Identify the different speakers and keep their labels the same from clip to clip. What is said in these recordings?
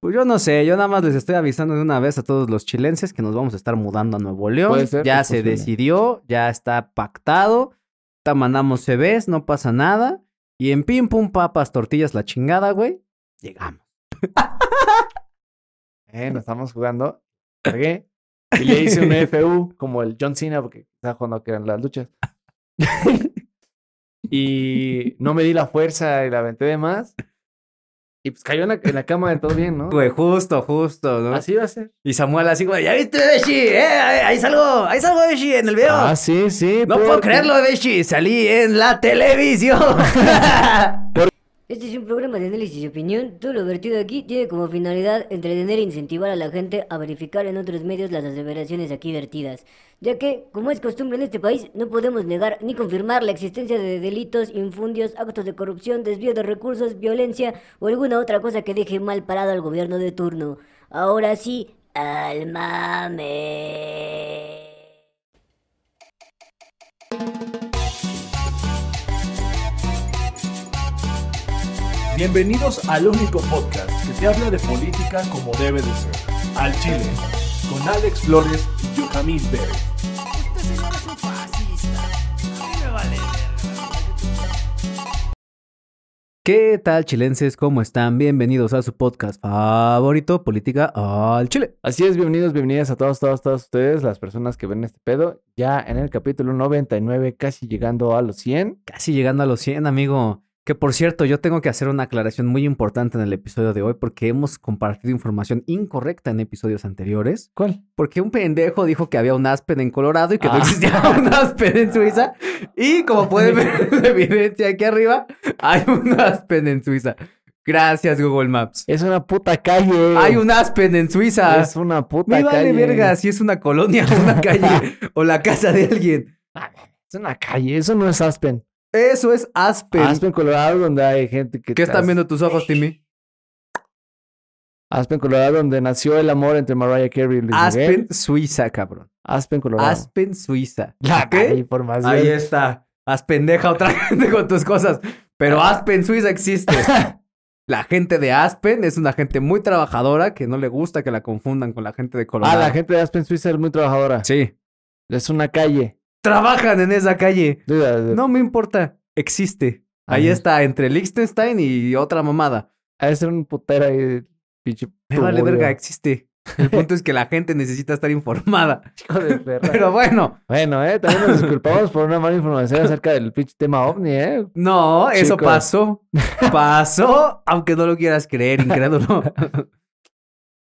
Speaker 1: Pues yo no sé, yo nada más les estoy avisando de una vez a todos los chilenses que nos vamos a estar mudando a Nuevo León.
Speaker 2: Puede ser,
Speaker 1: ya
Speaker 2: es
Speaker 1: se
Speaker 2: posible.
Speaker 1: decidió, ya está pactado. Ta mandamos CVs, no pasa nada. Y en pim pum papas, tortillas, la chingada, güey. Llegamos.
Speaker 2: Eh, nos estamos jugando. Cargué. Y le hice un FU como el John Cena, porque estaba jugando que eran las luchas. y no me di la fuerza y la aventé de más. Y pues cayó en la, en la cama de todo bien, ¿no?
Speaker 1: Güey, justo, justo, ¿no?
Speaker 2: Así va a ser.
Speaker 1: Y Samuel así, güey, ¿ya viste, Beshi? ¿Eh? Ahí ahí salgo, ahí salgo, Beshi, en el video.
Speaker 2: Ah, sí, sí.
Speaker 1: no puedo creerlo, Beshi, salí en la televisión.
Speaker 3: Este es un programa de análisis y opinión. Todo lo vertido aquí tiene como finalidad entretener e incentivar a la gente a verificar en otros medios las aseveraciones aquí vertidas, ya que, como es costumbre en este país, no podemos negar ni confirmar la existencia de delitos, infundios, actos de corrupción, desvío de recursos, violencia o alguna otra cosa que deje mal parado al gobierno de turno. Ahora sí, al mame.
Speaker 4: Bienvenidos al único podcast que te habla de política como debe de ser. Al Chile, con Alex Flores y Joaquín Berry.
Speaker 1: ¿Qué tal, chilenses? ¿Cómo están? Bienvenidos a su podcast favorito, Política al Chile.
Speaker 2: Así es, bienvenidos, bienvenidas a todos, todos, todos ustedes, las personas que ven este pedo. Ya en el capítulo 99, casi llegando a los 100.
Speaker 1: Casi llegando a los 100, amigo. Que por cierto, yo tengo que hacer una aclaración muy importante en el episodio de hoy porque hemos compartido información incorrecta en episodios anteriores.
Speaker 2: ¿Cuál?
Speaker 1: Porque un pendejo dijo que había un aspen en Colorado y que no
Speaker 2: Ah.
Speaker 1: existía un aspen en Suiza. Y como pueden ver en la evidencia aquí arriba, hay un aspen en Suiza. Gracias, Google Maps.
Speaker 2: Es una puta calle.
Speaker 1: Hay un aspen en Suiza.
Speaker 2: Es una puta
Speaker 1: Me vale
Speaker 2: calle.
Speaker 1: verga si es una colonia o una calle o la casa de alguien.
Speaker 2: Es una calle, eso no es Aspen.
Speaker 1: Eso es aspen.
Speaker 2: Aspen, Colorado, donde hay gente que...
Speaker 1: ¿Qué están viendo tus ojos, Timmy?
Speaker 2: Aspen, Colorado, donde nació el amor entre Mariah Carey y Luis
Speaker 1: Aspen,
Speaker 2: Miguel.
Speaker 1: Suiza, cabrón.
Speaker 2: Aspen, Colorado.
Speaker 1: Aspen, Suiza.
Speaker 2: La
Speaker 1: ¿Qué?
Speaker 2: calle, por más
Speaker 1: Ahí
Speaker 2: bien.
Speaker 1: está. Haz pendeja otra gente con tus cosas. Pero Aspen Suiza existe. La gente de Aspen es una gente muy trabajadora que no le gusta que la confundan con la gente de
Speaker 2: Ah,
Speaker 1: Colorado.
Speaker 2: la gente de Aspen, Suiza es muy trabajadora.
Speaker 1: Sí.
Speaker 2: Es una calle.
Speaker 1: Trabajan en esa calle.
Speaker 2: Duda, duda.
Speaker 1: No me importa. Existe. Ahí
Speaker 2: Ajá.
Speaker 1: está, entre Liechtenstein y otra mamada.
Speaker 2: Ha de ser un putero ahí, pinche.
Speaker 1: Me vale
Speaker 2: tuburio.
Speaker 1: verga, existe. El punto es que la gente necesita estar informada.
Speaker 2: Hijo de perra.
Speaker 1: Pero bueno,
Speaker 2: Bueno, eh, también nos disculpamos por una mala información acerca del pinche tema ovni, eh.
Speaker 1: no, eso
Speaker 2: Chicos.
Speaker 1: pasó. Pasó, aunque no lo quieras creer, incrédulo.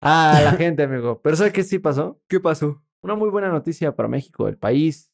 Speaker 2: Ah, la gente, amigo. Pero ¿sabes qué sí pasó?
Speaker 1: ¿Qué pasó?
Speaker 2: Una muy buena noticia para México, el país.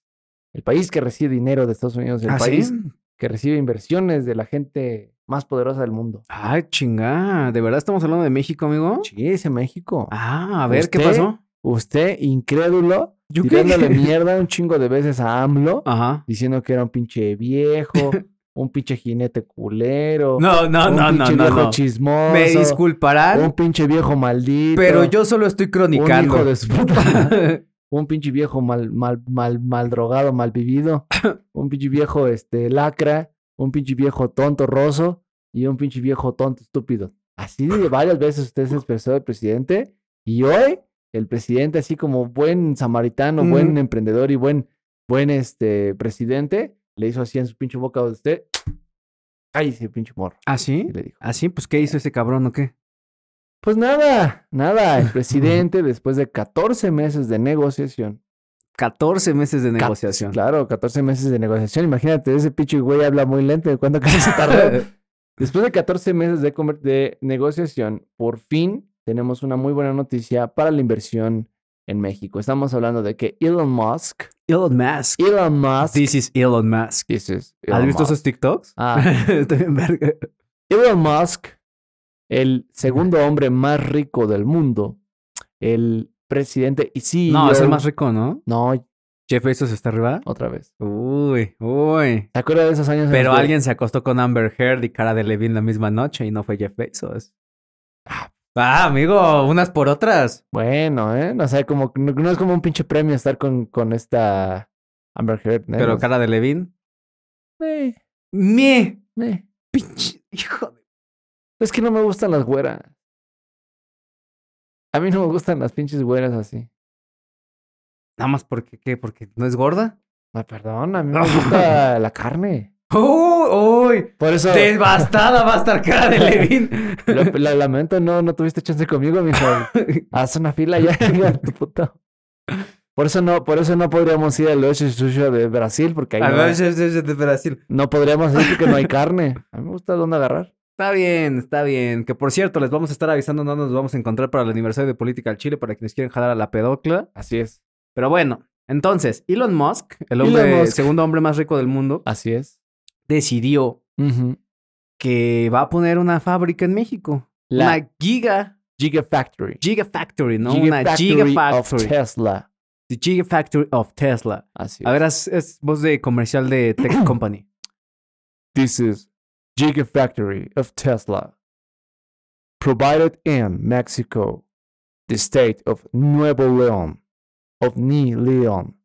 Speaker 2: El país que recibe dinero de Estados Unidos, el
Speaker 1: ¿Ah, sí?
Speaker 2: país que recibe inversiones de la gente más poderosa del mundo.
Speaker 1: Ah, chinga. ¿De verdad estamos hablando de México, amigo?
Speaker 2: Chiquese, México.
Speaker 1: Ah, a ver, ¿qué
Speaker 2: ¿Usted?
Speaker 1: pasó?
Speaker 2: Usted, incrédulo,
Speaker 1: ¿Yo qué? Ah.
Speaker 2: tirándole mierda un chingo de veces a AMLO,
Speaker 1: Ajá.
Speaker 2: diciendo que era un pinche viejo, un pinche jinete culero.
Speaker 1: No, no,
Speaker 2: un
Speaker 1: no, no,
Speaker 2: pinche
Speaker 1: no,
Speaker 2: viejo
Speaker 1: no.
Speaker 2: chismoso.
Speaker 1: Me disculparán,
Speaker 2: Un pinche viejo maldito.
Speaker 1: pero yo solo estoy
Speaker 2: un
Speaker 1: cronicando.
Speaker 2: hijo de su puta. un pinche viejo mal, mal, mal, mal drogado, mal vivido. un pinche viejo este lacra. Un pinche viejo tonto roso. Y un pinche viejo tonto estúpido. Así de varias veces usted se expresó del presidente. Y hoy, el presidente, así como buen samaritano,
Speaker 1: Ujú.
Speaker 2: buen emprendedor y buen, buen este presidente, le hizo así en su pinche boca a usted. Cállese, pinche morro.
Speaker 1: ¿Ah,
Speaker 2: Y
Speaker 1: sí?
Speaker 2: le dijo.
Speaker 1: ¿Ah, sí? Pues, ¿qué hizo ese cabrón o qué?
Speaker 2: Pues nada, nada. El presidente, después de 14 meses de negociación.
Speaker 1: 14 meses de negociación.
Speaker 2: Claro, 14 meses de negociación. Imagínate, ese pinche güey habla muy lento. ¿De cuánto casi se tardó? después de 14 meses de, conver- de negociación, por fin tenemos una muy buena noticia para la inversión en México. Estamos hablando de que Elon Musk,
Speaker 1: Elon Musk.
Speaker 2: Elon Musk,
Speaker 1: This is Elon Musk.
Speaker 2: this is
Speaker 1: ¿Has
Speaker 2: Elon
Speaker 1: visto
Speaker 2: Musk.
Speaker 1: esos TikToks?
Speaker 2: Ah,
Speaker 1: Está bien verga.
Speaker 2: Elon Musk, el segundo hombre más rico del mundo, el presidente y sí.
Speaker 1: No, es el más rico, ¿no?
Speaker 2: No,
Speaker 1: Jeff Bezos está arriba.
Speaker 2: otra vez.
Speaker 1: Uy, uy.
Speaker 2: ¿Te acuerdas de esos años? en
Speaker 1: Pero
Speaker 2: los que-
Speaker 1: alguien se acostó con Amber Heard y Cara de Levine la misma noche y no fue Jeff Bezos. Ah, amigo, unas por otras.
Speaker 2: Bueno, ¿eh? No, O sea, como... No, no es como un pinche premio estar con, con esta Amber Heard, ¿eh?
Speaker 1: Pero
Speaker 2: No sé.
Speaker 1: Cara de Levine.
Speaker 2: Eh,
Speaker 1: ¡Me!
Speaker 2: eh.
Speaker 1: ¡Pinche! ¡Hijo de-
Speaker 2: Es que no me gustan las güeras. A mí no me gustan las pinches güeras así.
Speaker 1: Nada más porque, ¿qué? Porque no es gorda.
Speaker 2: Ah, perdón, a mí me gusta la carne.
Speaker 1: ¡Uy! uy!
Speaker 2: Por eso
Speaker 1: Devastada va a estar cara de Levin.
Speaker 2: lo, lo lamento, no, no tuviste chance conmigo, mi Haz una fila ya, hija de tu puta. Por eso no, por eso no podríamos ir al Ocho Sushi de Brasil, porque ahí
Speaker 1: A
Speaker 2: no,
Speaker 1: ver,
Speaker 2: hay-
Speaker 1: yo- yo- yo de Brasil.
Speaker 2: no podríamos ir porque no hay carne. A mí me gusta dónde agarrar.
Speaker 1: Está bien, está bien. Que por cierto, les vamos a estar avisando dónde nos vamos a encontrar para el aniversario de Política al Chile, para quienes quieren jalar a la pedocla.
Speaker 2: Así es.
Speaker 1: Pero bueno, entonces, Elon Musk, el
Speaker 2: Elon
Speaker 1: hombre,
Speaker 2: Musk.
Speaker 1: segundo hombre más rico del mundo,
Speaker 2: Así es.
Speaker 1: decidió
Speaker 2: Ujú.
Speaker 1: que va a poner una fábrica en México.
Speaker 2: La
Speaker 1: Una giga,
Speaker 2: Gigafactory.
Speaker 1: gigafactory, ¿no? una
Speaker 2: Gigafactory
Speaker 1: gigafactory.
Speaker 2: Of Tesla.
Speaker 1: The gigafactory of Tesla.
Speaker 2: Así
Speaker 1: A ver, es, es voz de comercial de Tech Company.
Speaker 2: This is Gigafactory of Tesla, provided in Mexico, the state of Nuevo León, of Ni León.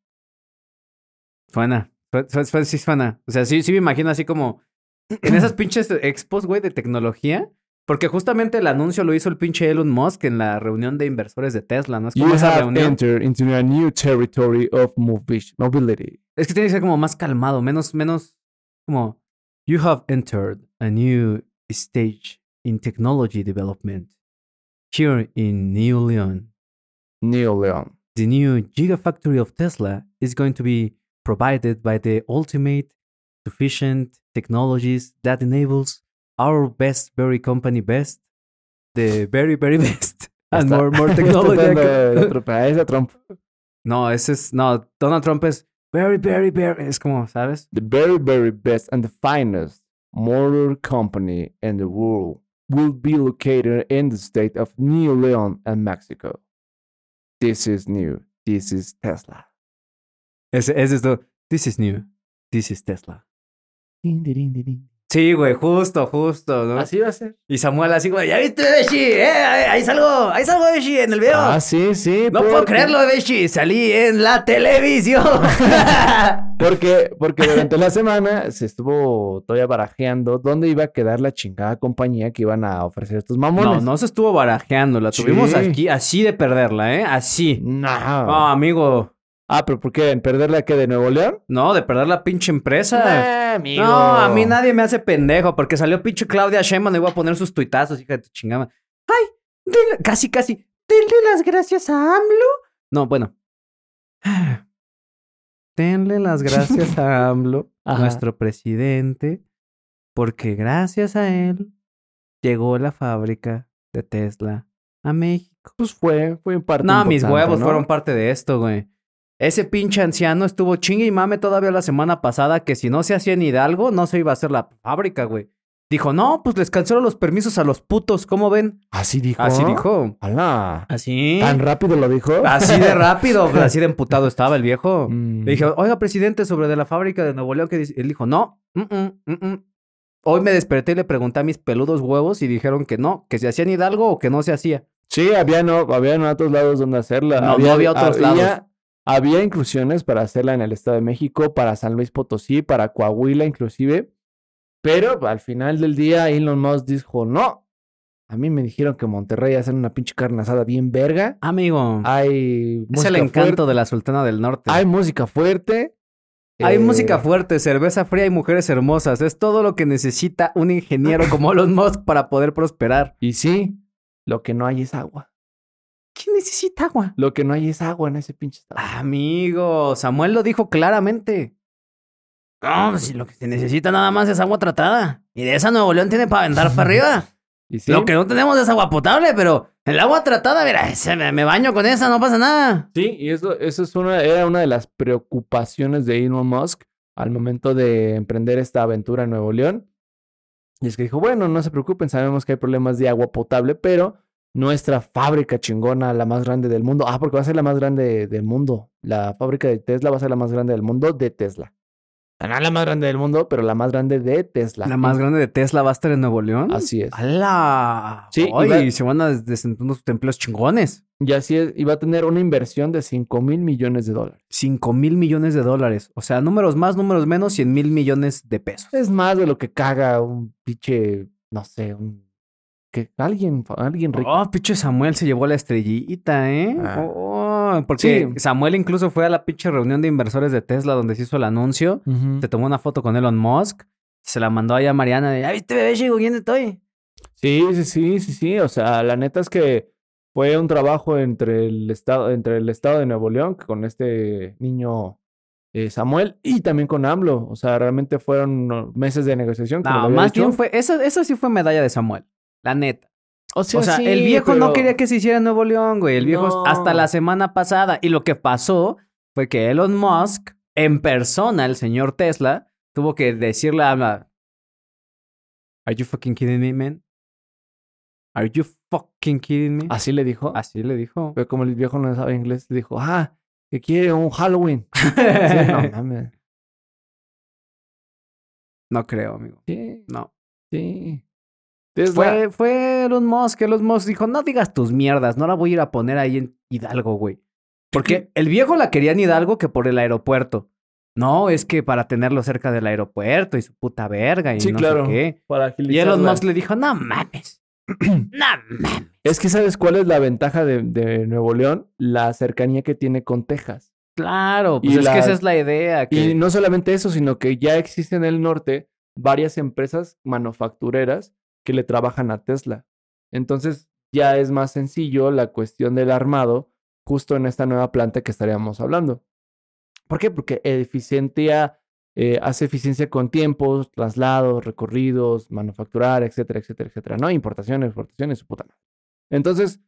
Speaker 1: Suena. Su- su- su- Sí suena. O sea, sí, sí me imagino así como en esas pinches expos, güey, de tecnología. Porque justamente el anuncio lo hizo el pinche Elon Musk en la reunión de inversores de Tesla, ¿no? Es
Speaker 2: You
Speaker 1: como esa
Speaker 2: have
Speaker 1: reunión.
Speaker 2: entered into a new territory of movi- mobility.
Speaker 1: Es que tiene que ser como más calmado, menos, menos como You have entered a new stage in technology development. Here in New Leon.
Speaker 2: New León.
Speaker 1: The new Gigafactory of Tesla is going to be provided by the ultimate sufficient technologies that enables our best very company best, the very very best and
Speaker 2: Está-
Speaker 1: Ah, more more
Speaker 2: está dando el
Speaker 1: technology.
Speaker 2: otro país a Trump.
Speaker 1: no, ese es no, Donald Trump es very very very es como, ¿sabes?
Speaker 2: The very, very best and the finest motor company in the world will be located in the state of New León and Mexico. This is new. This is Tesla.
Speaker 1: Ese ese es lo- this is new. This is Tesla. Sí, güey, justo, justo, ¿no?
Speaker 2: Así va a ser.
Speaker 1: Y Samuel así como, "Ya viste, Beshi, eh, ahí ahí salgo, ahí salgo Beshi en el video."
Speaker 2: Ah, sí, sí.
Speaker 1: No puedo
Speaker 2: porque-
Speaker 1: creerlo, Beshi. Salí en la televisión.
Speaker 2: Porque, porque durante la semana se estuvo todavía barajeando dónde iba a quedar la chingada compañía que iban a ofrecer estos
Speaker 1: no,
Speaker 2: mamones.
Speaker 1: no se estuvo barajeando. La
Speaker 2: Sí.
Speaker 1: tuvimos aquí así de perderla, ¿eh? Así.
Speaker 2: No.
Speaker 1: No, amigo.
Speaker 2: Ah, pero ¿por qué? ¿En perderla qué? ¿De Nuevo León?
Speaker 1: No, de perder la pinche empresa.
Speaker 2: Nah, amigo.
Speaker 1: No, a mí nadie me hace pendejo porque salió pinche Claudia Sheinbaum y voy a poner sus tuitazos, hija de tu chingada. Ay, dile- casi, casi, denle las gracias a AMLO. No, bueno. Denle las gracias a AMLO,
Speaker 2: Ajá.
Speaker 1: nuestro presidente, porque gracias a él llegó la fábrica de Tesla a México.
Speaker 2: Pues fue, fue en parte.
Speaker 1: No, mis
Speaker 2: importante,
Speaker 1: huevos
Speaker 2: ¿no?
Speaker 1: fueron parte de esto, güey. Ese pinche anciano estuvo chingue y mame todavía la semana pasada que si no se hacía en Hidalgo, no se iba a hacer la fábrica, güey. Dijo, no, pues les cancelo los permisos a los putos, ¿cómo ven?
Speaker 2: Así dijo.
Speaker 1: Así dijo.
Speaker 2: Hola.
Speaker 1: Así.
Speaker 2: ¿Tan rápido lo dijo?
Speaker 1: Así de rápido, güey, así de emputado estaba el viejo.
Speaker 2: Mm.
Speaker 1: Le dije, oiga, presidente, sobre de la fábrica de Nuevo León, que dice? Él dijo, no, mm, mm, mm, mm". Hoy me desperté y le pregunté a mis peludos huevos y dijeron que no, que se hacía en Hidalgo o que no se hacía.
Speaker 2: Sí, había no, había no otros lados donde hacerla.
Speaker 1: No, no había otros lados.
Speaker 2: Había inclusiones para hacerla en el Estado de México, para San Luis Potosí, para Coahuila inclusive. Pero al final del día Elon Musk dijo, no. A mí me dijeron que en Monterrey hacen una pinche carne asada bien verga.
Speaker 1: Amigo,
Speaker 2: Hay
Speaker 1: es
Speaker 2: Ah, música
Speaker 1: el encanto
Speaker 2: fuerte.
Speaker 1: de la Sultana del Norte.
Speaker 2: Hay música fuerte.
Speaker 1: Hay
Speaker 2: Eh,
Speaker 1: música fuerte, cerveza fría y mujeres hermosas. Es todo lo que necesita un ingeniero como Elon Musk para poder prosperar.
Speaker 2: Y sí, lo que no hay es agua.
Speaker 1: ¿Quién necesita agua?
Speaker 2: Lo que no hay es agua en ese pinche estado.
Speaker 1: Amigo, Samuel lo dijo claramente. No, pues, si lo que se necesita nada más es agua tratada. Y de esa Nuevo León tiene para aventar para arriba.
Speaker 2: Y sí,
Speaker 1: Lo que no tenemos es agua potable, pero el agua tratada, mira, esa me, me baño con esa, no pasa nada.
Speaker 2: sí, y eso, eso es una, era una de las preocupaciones de Elon Musk al momento de emprender esta aventura en Nuevo León. Y es que dijo, bueno, no se preocupen, sabemos que hay problemas de agua potable, pero nuestra fábrica chingona, la más grande del mundo, ah, porque va a ser la más grande del mundo, la fábrica de Tesla va a ser la más grande del mundo de Tesla. No la más grande del mundo, pero la más grande de Tesla.
Speaker 1: La más grande de Tesla va a estar en Nuevo León.
Speaker 2: Así es.
Speaker 1: ¡Hala!
Speaker 2: Sí, y
Speaker 1: Ay,
Speaker 2: va-
Speaker 1: se van a des- desentar unos templos chingones.
Speaker 2: Y así es, iba a tener una inversión de 5 mil millones de dólares.
Speaker 1: 5 mil millones de dólares. O sea, números más, números menos, 100 mil millones de pesos.
Speaker 2: Es más de lo que caga un pinche, no sé, un que alguien, alguien rico.
Speaker 1: Oh, pinche Samuel se llevó la estrellita, ¿eh?
Speaker 2: Ah.
Speaker 1: Oh, porque
Speaker 2: Sí.
Speaker 1: Samuel incluso fue a la pinche reunión de inversores de Tesla donde se hizo el anuncio.
Speaker 2: Ujú.
Speaker 1: Se tomó una foto con Elon Musk. Se la mandó allá a Mariana. de, ¿Ya viste, bebé? Llegó bien estoy.
Speaker 2: Sí, sí, sí, sí, sí. O sea, la neta es que fue un trabajo entre el estado, entre el estado de Nuevo León, con este niño eh, Samuel, y también con AMLO. O sea, realmente fueron no, meses de negociación. como lo
Speaker 1: No,
Speaker 2: había
Speaker 1: más
Speaker 2: dicho.
Speaker 1: bien fue... Eso, eso sí fue medalla de Samuel. La neta.
Speaker 2: O sea,
Speaker 1: o sea,
Speaker 2: sí,
Speaker 1: el viejo no
Speaker 2: pero-
Speaker 1: quería que se hiciera en Nuevo León, güey. El viejo
Speaker 2: No.
Speaker 1: hasta la semana pasada. Y lo que pasó fue que Elon Musk, en persona, el señor Tesla, tuvo que decirle a AMLO, Are you fucking kidding me, man? Are you fucking kidding me?
Speaker 2: Así le dijo.
Speaker 1: Así le dijo.
Speaker 2: Pero como el viejo no sabe inglés, le dijo, ah, que quiere un Halloween. Sí, no mames.
Speaker 1: no creo, amigo.
Speaker 2: Sí,
Speaker 1: No.
Speaker 2: sí. Entonces, la-
Speaker 1: Fue, fue Elon Musk. Elon Musk dijo, no digas tus mierdas, no la voy a ir a poner ahí en Hidalgo, güey. Porque el viejo la quería en Hidalgo que por el aeropuerto. No, es que para tenerlo cerca del aeropuerto y su puta verga y
Speaker 2: Sí,
Speaker 1: no
Speaker 2: claro.
Speaker 1: sé qué.
Speaker 2: para
Speaker 1: Y Elon
Speaker 2: agilizarla.
Speaker 1: Musk le dijo, no mames. no mames.
Speaker 2: Es que sabes cuál es la ventaja de, de Nuevo León, la cercanía que tiene con Texas.
Speaker 1: Claro,
Speaker 2: Y
Speaker 1: pues es
Speaker 2: la-
Speaker 1: que esa es la idea. Que...
Speaker 2: Y no solamente eso, sino que ya existen en el norte varias empresas manufactureras que le trabajan a Tesla. Entonces ya es más sencillo la cuestión del armado justo en esta nueva planta que estaríamos hablando. ¿Por qué? Porque eficiencia, eh, hace eficiencia con tiempos, traslados, recorridos, manufacturar, etcétera, etcétera, etcétera. No, importaciones, exportaciones, su puta madre. Entonces,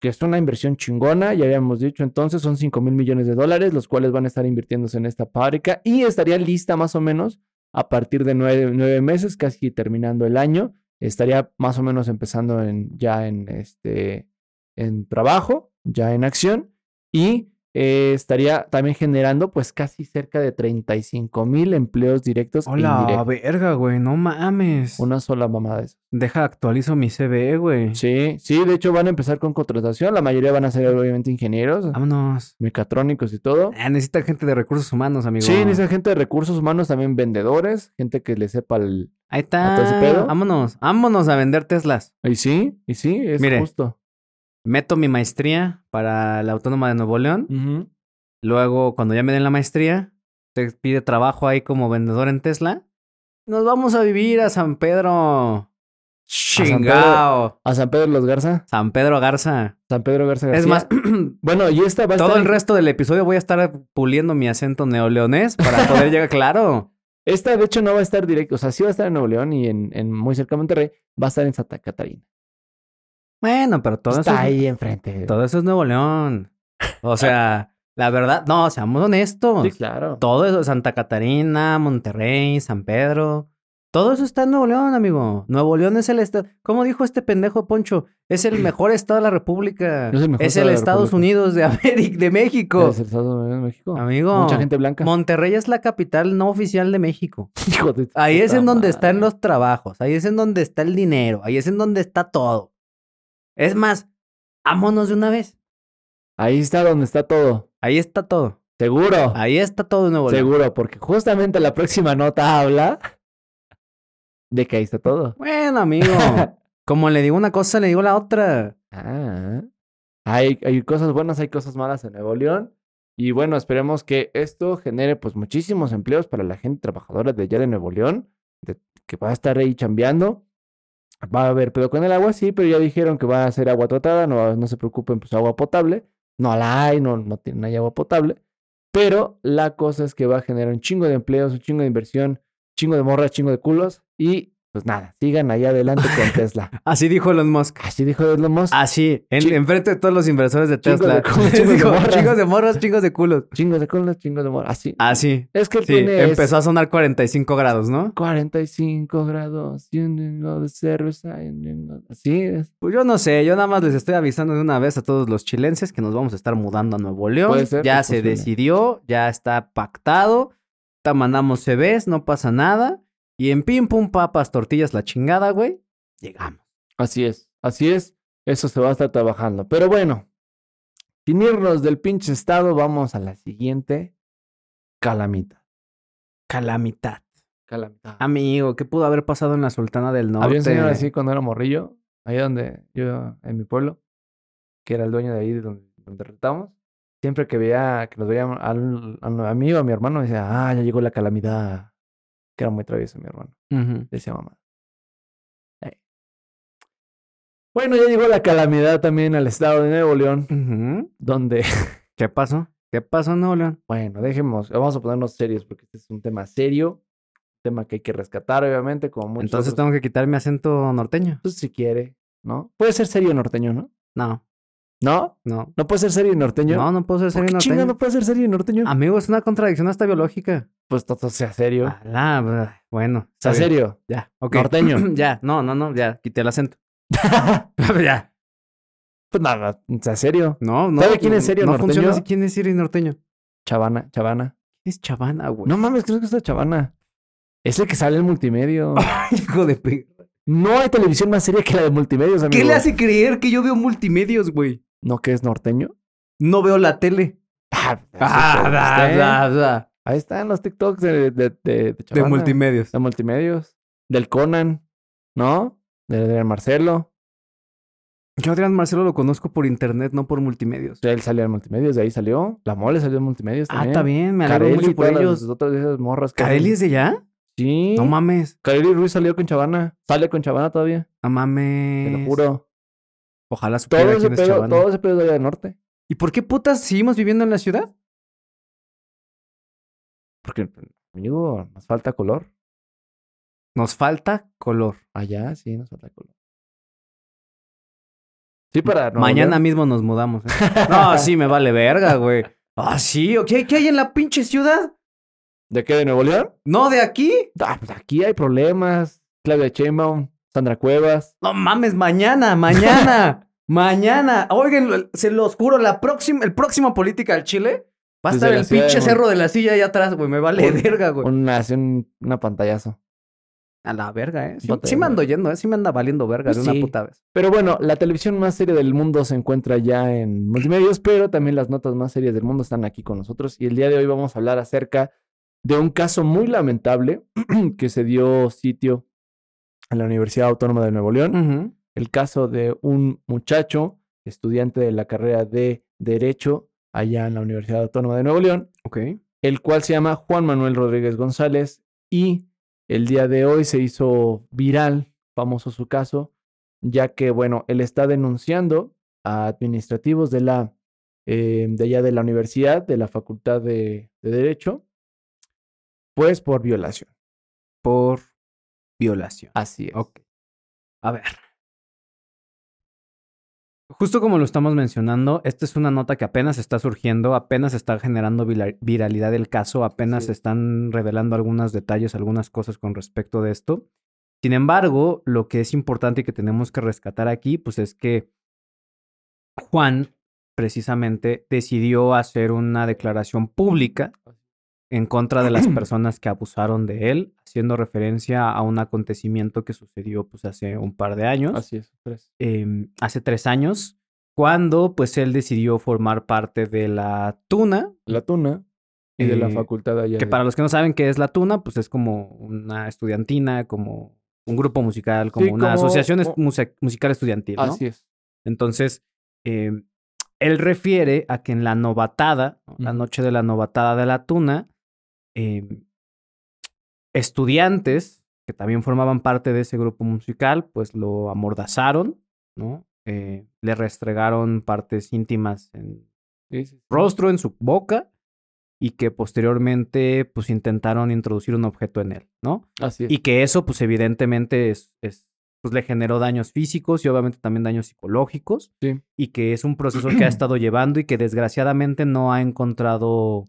Speaker 2: que es una inversión chingona, ya habíamos dicho entonces, son 5 mil millones de dólares, los cuales van a estar invirtiéndose en esta fábrica y estaría lista más o menos a partir de nueve, nueve meses, casi terminando el año, estaría más o menos empezando en, ya en, este, en trabajo, ya en acción y eh, estaría también generando pues casi cerca de 35 mil empleos directos e
Speaker 1: Hola,
Speaker 2: indirectos.
Speaker 1: verga, güey, no mames.
Speaker 2: Una sola mamada de eso.
Speaker 1: Deja actualizo mi CV, güey.
Speaker 2: Sí, sí, de hecho van a empezar con contratación, la mayoría van a ser obviamente ingenieros,
Speaker 1: Vámonos.
Speaker 2: mecatrónicos y todo.
Speaker 1: Ah, necesita gente de recursos humanos, amigo.
Speaker 2: Sí, necesitan gente de recursos humanos, también vendedores, gente que le sepa el...
Speaker 1: Ahí
Speaker 2: ¿A todo ese
Speaker 1: está.
Speaker 2: pedo?
Speaker 1: Vámonos, vámonos a vender Teslas.
Speaker 2: Y sí, y sí, es
Speaker 1: Mire.
Speaker 2: justo.
Speaker 1: Meto mi maestría para la Autónoma de Nuevo León. Luego, cuando ya me den la maestría, te pide trabajo ahí como vendedor en Tesla. Nos vamos a vivir a San Pedro. Chingao.
Speaker 2: A San Pedro de los Garza,
Speaker 1: San Pedro Garza.
Speaker 2: San Pedro Garza García.
Speaker 1: Es más,
Speaker 2: Bueno, y esta va a
Speaker 1: todo
Speaker 2: estar...
Speaker 1: el resto del episodio voy a estar puliendo mi acento neoleonés para poder llegar claro.
Speaker 2: Esta, de hecho, no va a estar directo, o sea, sí va a estar en Nuevo León y en, en muy cerca de Monterrey, va a estar en Santa Catarina.
Speaker 1: Bueno, pero todo
Speaker 2: Está
Speaker 1: eso es-
Speaker 2: ahí enfrente.
Speaker 1: todo eso es Nuevo León. O sea, la verdad, no, seamos honestos.
Speaker 2: Sí, claro.
Speaker 1: Todo eso, Santa Catarina, Monterrey, San Pedro. Todo eso está en Nuevo León, amigo. Nuevo León es el estado. ¿Cómo dijo este pendejo Poncho? Es el mejor estado de la República.
Speaker 2: Es el mejor estado de la
Speaker 1: Estados
Speaker 2: República.
Speaker 1: Unidos de América, de México.
Speaker 2: Es el Estado de México.
Speaker 1: Amigo.
Speaker 2: Mucha gente blanca.
Speaker 1: Monterrey es la capital no oficial de México.
Speaker 2: Hijo de tu
Speaker 1: Ahí es
Speaker 2: puta
Speaker 1: en donde
Speaker 2: madre.
Speaker 1: están los trabajos. Ahí es en donde está el dinero. Ahí es en donde está todo. Es más, vámonos de una vez.
Speaker 2: Ahí está donde está todo.
Speaker 1: Ahí está todo.
Speaker 2: Seguro.
Speaker 1: Ahí está todo en Nuevo León.
Speaker 2: Seguro, porque justamente la próxima nota habla de que ahí está todo.
Speaker 1: Bueno, amigo. Como le digo una cosa, le digo la otra.
Speaker 2: Ah. Hay, hay cosas buenas, hay cosas malas en Nuevo León. Y bueno, esperemos que esto genere pues muchísimos empleos para la gente trabajadora de allá de Nuevo León, de- que va a estar ahí chambeando. Va a haber pedo con el agua, sí, pero ya dijeron que va a ser agua tratada, no, no se preocupen, pues agua potable. No la hay, no, no, tiene, no hay agua potable. Pero la cosa es que va a generar un chingo de empleos, un chingo de inversión, chingo de morras, chingo de culos. Y pues nada, sigan allá adelante con Tesla.
Speaker 1: Así dijo Elon Musk.
Speaker 2: Así dijo Elon Musk.
Speaker 1: Así, en,
Speaker 2: Chi-
Speaker 1: enfrente de todos los inversores de
Speaker 2: Chingos de
Speaker 1: Tesla.
Speaker 2: culos, chingos de
Speaker 1: Dijo,
Speaker 2: morras.
Speaker 1: chingos de morras, chingos de culos.
Speaker 2: Chingos de cola, chingos de mora. Así.
Speaker 1: Así.
Speaker 2: Es que él
Speaker 1: Ah, Sí,
Speaker 2: tiene es
Speaker 1: empezó a sonar 45 grados, ¿no?
Speaker 2: 45 grados y un chingo de cerveza. y un chingo- Así es.
Speaker 1: Pues yo no sé, yo nada más les estoy avisando de una vez a todos los chilenses que nos vamos a estar mudando a Nuevo León.
Speaker 2: Puede ser,
Speaker 1: ya
Speaker 2: es
Speaker 1: se
Speaker 2: posible.
Speaker 1: decidió, ya está pactado. Ta mandamos CVs, no pasa nada. Y en pim pum papas, tortillas, la chingada, güey. Llegamos.
Speaker 2: Así es. Así es. Eso se va a estar trabajando. Pero bueno, sin irnos del pinche estado, vamos a la siguiente calamita.
Speaker 1: Calamidad.
Speaker 2: Calamita.
Speaker 1: Amigo, ¿qué pudo haber pasado en la Sultana del Norte?
Speaker 2: Había un señor así cuando era morrillo. ahí donde yo, en mi pueblo, que era el dueño de ahí de donde, donde rentamos, siempre que veía, que nos veíamos a, a mí o a mi hermano, me decía, ah, ya llegó la calamidad. Que era muy travieso mi hermano,
Speaker 1: Ujú.
Speaker 2: decía mamá. Eh. Bueno, ya llegó la calamidad también al estado de Nuevo León,
Speaker 1: Ujú.
Speaker 2: donde
Speaker 1: ¿Qué pasó? ¿Qué pasó, Nuevo León?
Speaker 2: Bueno, dejemos, vamos a ponernos serios porque este es un tema serio, un tema que hay que rescatar, obviamente, como muchos
Speaker 1: Entonces
Speaker 2: otros.
Speaker 1: tengo que quitar mi acento norteño.
Speaker 2: Pues, si quiere, ¿no? Puede ser serio norteño, ¿no?
Speaker 1: No,
Speaker 2: ¿No?
Speaker 1: no.
Speaker 2: ¿No puede ser serio norteño?
Speaker 1: No, no puedo ser
Speaker 2: ¿Por
Speaker 1: serio
Speaker 2: qué chinga
Speaker 1: norteño.
Speaker 2: no puede ser serio norteño?
Speaker 1: Amigo, es una contradicción hasta biológica.
Speaker 2: Ah, Pues todo sea serio.
Speaker 1: Alá, bra- bueno. está
Speaker 2: sea
Speaker 1: bien.
Speaker 2: serio.
Speaker 1: Ya, ok.
Speaker 2: Norteño.
Speaker 1: ya, no, no, no, ya, quité el acento. ya.
Speaker 2: Pues nada, sea serio.
Speaker 1: No, no.
Speaker 2: ¿Sabe quién es serio
Speaker 1: No
Speaker 2: norteño?
Speaker 1: funciona así. ¿Quién es serio norteño?
Speaker 2: Chavana, chavana.
Speaker 1: Es chavana, güey.
Speaker 2: No mames, creo que está chavana. Es el que sale en multimedio.
Speaker 1: hijo de pe-
Speaker 2: no hay televisión más seria que la de multimedios, amigo.
Speaker 1: ¿Qué le hace creer que yo veo multimedios, güey?
Speaker 2: ¿No que es norteño?
Speaker 1: No veo la tele.
Speaker 2: Ah,
Speaker 1: Ah, da,
Speaker 2: sí, pues, está.
Speaker 1: da, da.
Speaker 2: Ahí están los TikToks de, de, de, de
Speaker 1: De
Speaker 2: Chavana,
Speaker 1: multimedios.
Speaker 2: de multimedios. Del Conan, ¿no? De, de Marcelo.
Speaker 1: Yo Adrián Marcelo lo conozco por internet, no por multimedios.
Speaker 2: Él salió en multimedios, de ahí salió. La mole salió en multimedios
Speaker 1: Ah,
Speaker 2: también.
Speaker 1: está bien, me alegro
Speaker 2: Carelli,
Speaker 1: mucho por
Speaker 2: todas las-
Speaker 1: ellos.
Speaker 2: las otras de esas morras. que
Speaker 1: ¿Carelli
Speaker 2: hacen-
Speaker 1: es de allá?
Speaker 2: Sí.
Speaker 1: No mames.
Speaker 2: Carelli Ruiz salió con Chavana. Sale con Chavana todavía.
Speaker 1: No mames.
Speaker 2: Te lo juro.
Speaker 1: Ojalá supiera
Speaker 2: Todo ese,
Speaker 1: quién es
Speaker 2: pedo,
Speaker 1: Chavana.
Speaker 2: todo ese pedo de allá del norte.
Speaker 1: ¿Y por qué putas seguimos viviendo en la ciudad?
Speaker 2: Porque, amigo, nos falta color.
Speaker 1: Nos falta color.
Speaker 2: Allá sí nos falta color. Sí, para. Nuevo
Speaker 1: Mañana
Speaker 2: León.
Speaker 1: mismo nos mudamos. ¿eh? No, sí, me vale verga, güey. Ah, sí. ¿Qué, ¿Qué hay en la pinche ciudad?
Speaker 2: ¿De qué? ¿De Nuevo León?
Speaker 1: ¿No de aquí?
Speaker 2: Ah, pues aquí hay problemas. Claudia Sheinbaum, Sandra Cuevas.
Speaker 1: No mames, mañana, mañana, mañana. Oigan, se los juro, la próxima, el próximo Política al Chile va a
Speaker 2: Desde
Speaker 1: estar
Speaker 2: la
Speaker 1: el
Speaker 2: ciudad Pues de
Speaker 1: pinche
Speaker 2: Mon-
Speaker 1: cerro de la silla allá atrás, güey. Me vale
Speaker 2: Un-
Speaker 1: verga, güey.
Speaker 2: Una, así un- una pantallazo.
Speaker 1: A la verga, ¿eh? Sí,
Speaker 2: Bota
Speaker 1: sí
Speaker 2: de
Speaker 1: me ando yendo, ¿eh? Sí me anda valiendo verga
Speaker 2: Pues
Speaker 1: de una
Speaker 2: sí.
Speaker 1: puta vez.
Speaker 2: Pero bueno, la televisión más seria del mundo se encuentra ya en multimedios, pero también las notas más serias del mundo están aquí con nosotros. Y el día de hoy vamos a hablar acerca de un caso muy lamentable que se dio sitio en la Universidad Autónoma de Nuevo León.
Speaker 1: Ujú.
Speaker 2: el caso de un muchacho, estudiante de la carrera de Derecho allá en la Universidad Autónoma de Nuevo León,
Speaker 1: Ok.
Speaker 2: el cual se llama Juan Manuel Rodríguez González y el día de hoy se hizo viral, famoso su caso, ya que, bueno, él está denunciando a administrativos de la, eh, de allá de la universidad, de la Facultad de, de Derecho, pues por violación.
Speaker 1: Por violación.
Speaker 2: Así es.
Speaker 1: Ok. A ver. Justo como lo estamos mencionando, esta es una nota que apenas está surgiendo, apenas está generando vila- viralidad el caso, apenas
Speaker 2: Así es.
Speaker 1: están revelando algunos detalles, algunas cosas con respecto de esto. Sin embargo, lo que es importante y que tenemos que rescatar aquí, pues es que Juan precisamente decidió hacer una declaración pública en contra de las personas que abusaron de él, haciendo referencia a un acontecimiento que sucedió pues hace un par de años
Speaker 2: Así es. tres.
Speaker 1: em, hace tres años, cuando pues él decidió formar parte de la Tuna,
Speaker 2: La Tuna y de la
Speaker 1: Eh,
Speaker 2: facultad allá
Speaker 1: que
Speaker 2: de-
Speaker 1: para los que no saben qué es la Tuna, pues es como una estudiantina, como un grupo musical, como una
Speaker 2: como-
Speaker 1: asociación est-
Speaker 2: o-
Speaker 1: music- musical estudiantil, ¿no?
Speaker 2: Así es.
Speaker 1: Entonces, em, él refiere a que en la novatada, ¿no? la
Speaker 2: Ujú.
Speaker 1: noche de la novatada de la Tuna, em, estudiantes que también formaban parte de ese grupo musical, pues lo amordazaron, ¿no? Eh, le restregaron partes íntimas en
Speaker 2: Sí, sí, sí.
Speaker 1: rostro, en su boca, y que posteriormente, pues intentaron introducir un objeto en él, ¿no?
Speaker 2: Así es.
Speaker 1: Y que eso, pues evidentemente, es, es- pues, le generó daños físicos y obviamente también daños psicológicos.
Speaker 2: Sí.
Speaker 1: Y que es un proceso que ha estado llevando y que desgraciadamente no ha encontrado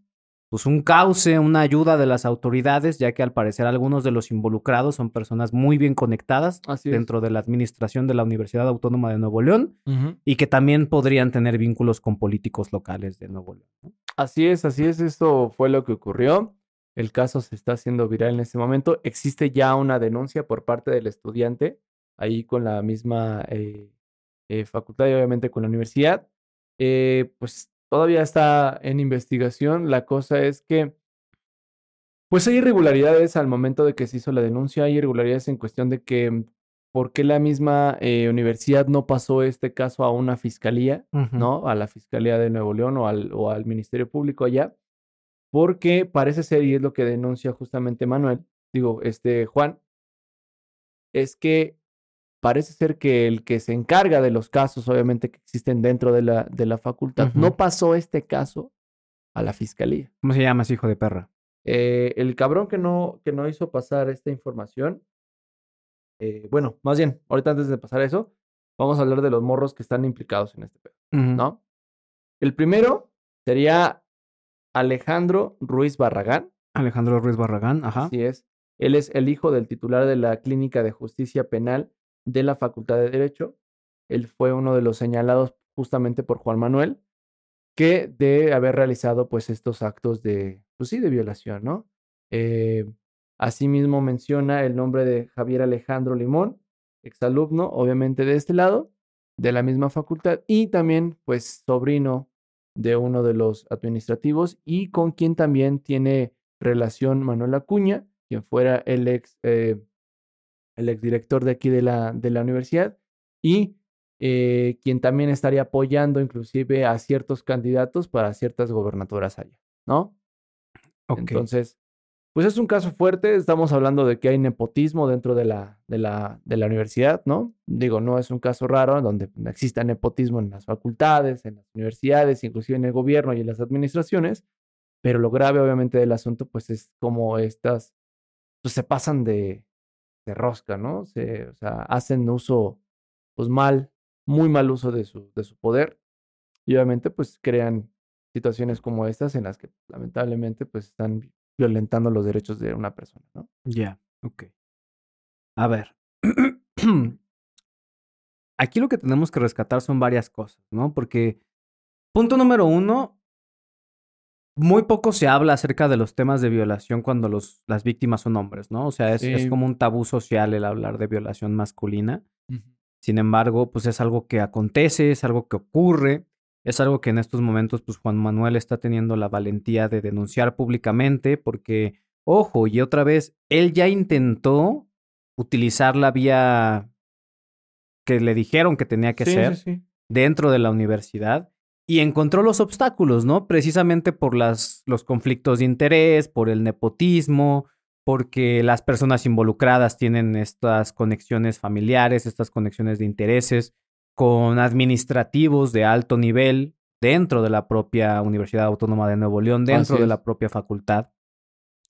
Speaker 1: pues un cauce, una ayuda de las autoridades, ya que al parecer algunos de los involucrados son personas muy bien conectadas
Speaker 2: Así es.
Speaker 1: dentro de la administración de la Universidad Autónoma de Nuevo León
Speaker 2: Ujú.
Speaker 1: y que también podrían tener vínculos con políticos locales de Nuevo León.
Speaker 2: Así es, así es. Esto fue lo que ocurrió. El caso se está haciendo viral en este momento. Existe ya una denuncia por parte del estudiante, ahí con la misma eh, eh, facultad y obviamente con la universidad. Eh, pues todavía está en investigación. La cosa es que, pues hay irregularidades al momento de que se hizo la denuncia, hay irregularidades en cuestión de que por qué la misma eh, universidad no pasó este caso a una fiscalía, ¿no? A la Fiscalía de Nuevo León o al, o al Ministerio Público allá, porque parece ser, y es lo que denuncia justamente Manuel, digo, este Juan, es que parece ser que el que se encarga de los casos, obviamente, que existen dentro de la, de la facultad,
Speaker 1: Ujú.
Speaker 2: no pasó este caso a la Fiscalía.
Speaker 1: ¿Cómo se llama ese hijo de perra?
Speaker 2: Eh, el cabrón que no, que no hizo pasar esta información. eh, bueno, más bien, ahorita antes de pasar a eso, vamos a hablar de los morros que están implicados en este pedo, ¿no? El primero sería Alejandro Ruiz Barragán.
Speaker 1: Alejandro Ruiz Barragán, ajá.
Speaker 2: Así es. Él es el hijo del titular de la Clínica de Justicia Penal de la Facultad de Derecho. Él fue uno de los señalados justamente por Juan Manuel, que de haber realizado pues estos actos de, pues sí, de violación, ¿no? Eh, asimismo menciona el nombre de Javier Alejandro Limón, exalumno, obviamente de este lado, de la misma facultad, y también pues sobrino de uno de los administrativos y con quien también tiene relación Manuel Acuña, quien fuera el ex, eh, el exdirector de aquí de la, de la universidad, y eh, quien también estaría apoyando inclusive a ciertos candidatos para ciertas gobernaturas allá, ¿no?
Speaker 1: Ok.
Speaker 2: Entonces, pues es un caso fuerte. Estamos hablando de que hay nepotismo dentro de la, de la, de la universidad, ¿no? Digo, no es un caso raro en donde pues, exista nepotismo en las facultades, en las universidades, inclusive en el gobierno y en las administraciones. Pero lo grave, obviamente, del asunto, pues es como estas, pues se pasan de, de rosca, ¿no? Se, o sea, hacen uso, pues mal, muy mal uso de su, de su poder. Y obviamente, pues crean situaciones como estas en las que lamentablemente, pues están vi- violentando los derechos de una persona, ¿no?
Speaker 1: Ya, ok. A ver. Aquí lo que tenemos que rescatar son varias cosas, ¿no? Porque, punto número uno, muy poco se habla acerca de los temas de violación cuando los, las víctimas son hombres, ¿no? O sea, es, es
Speaker 2: Sí.
Speaker 1: como un tabú social el hablar de violación masculina. Sin embargo, pues es algo que acontece, es algo que ocurre, es algo que en estos momentos, pues Juan Manuel está teniendo la valentía de denunciar públicamente, porque, ojo, y otra vez, él ya intentó utilizar la vía que le dijeron que tenía que ser dentro de la universidad y encontró los obstáculos, ¿no? Precisamente por las, los conflictos de interés, por el nepotismo, porque las personas involucradas tienen estas conexiones familiares, estas conexiones de intereses con administrativos de alto nivel dentro de la propia Universidad Autónoma de Nuevo León, dentro
Speaker 2: Así
Speaker 1: de
Speaker 2: es.
Speaker 1: la propia facultad.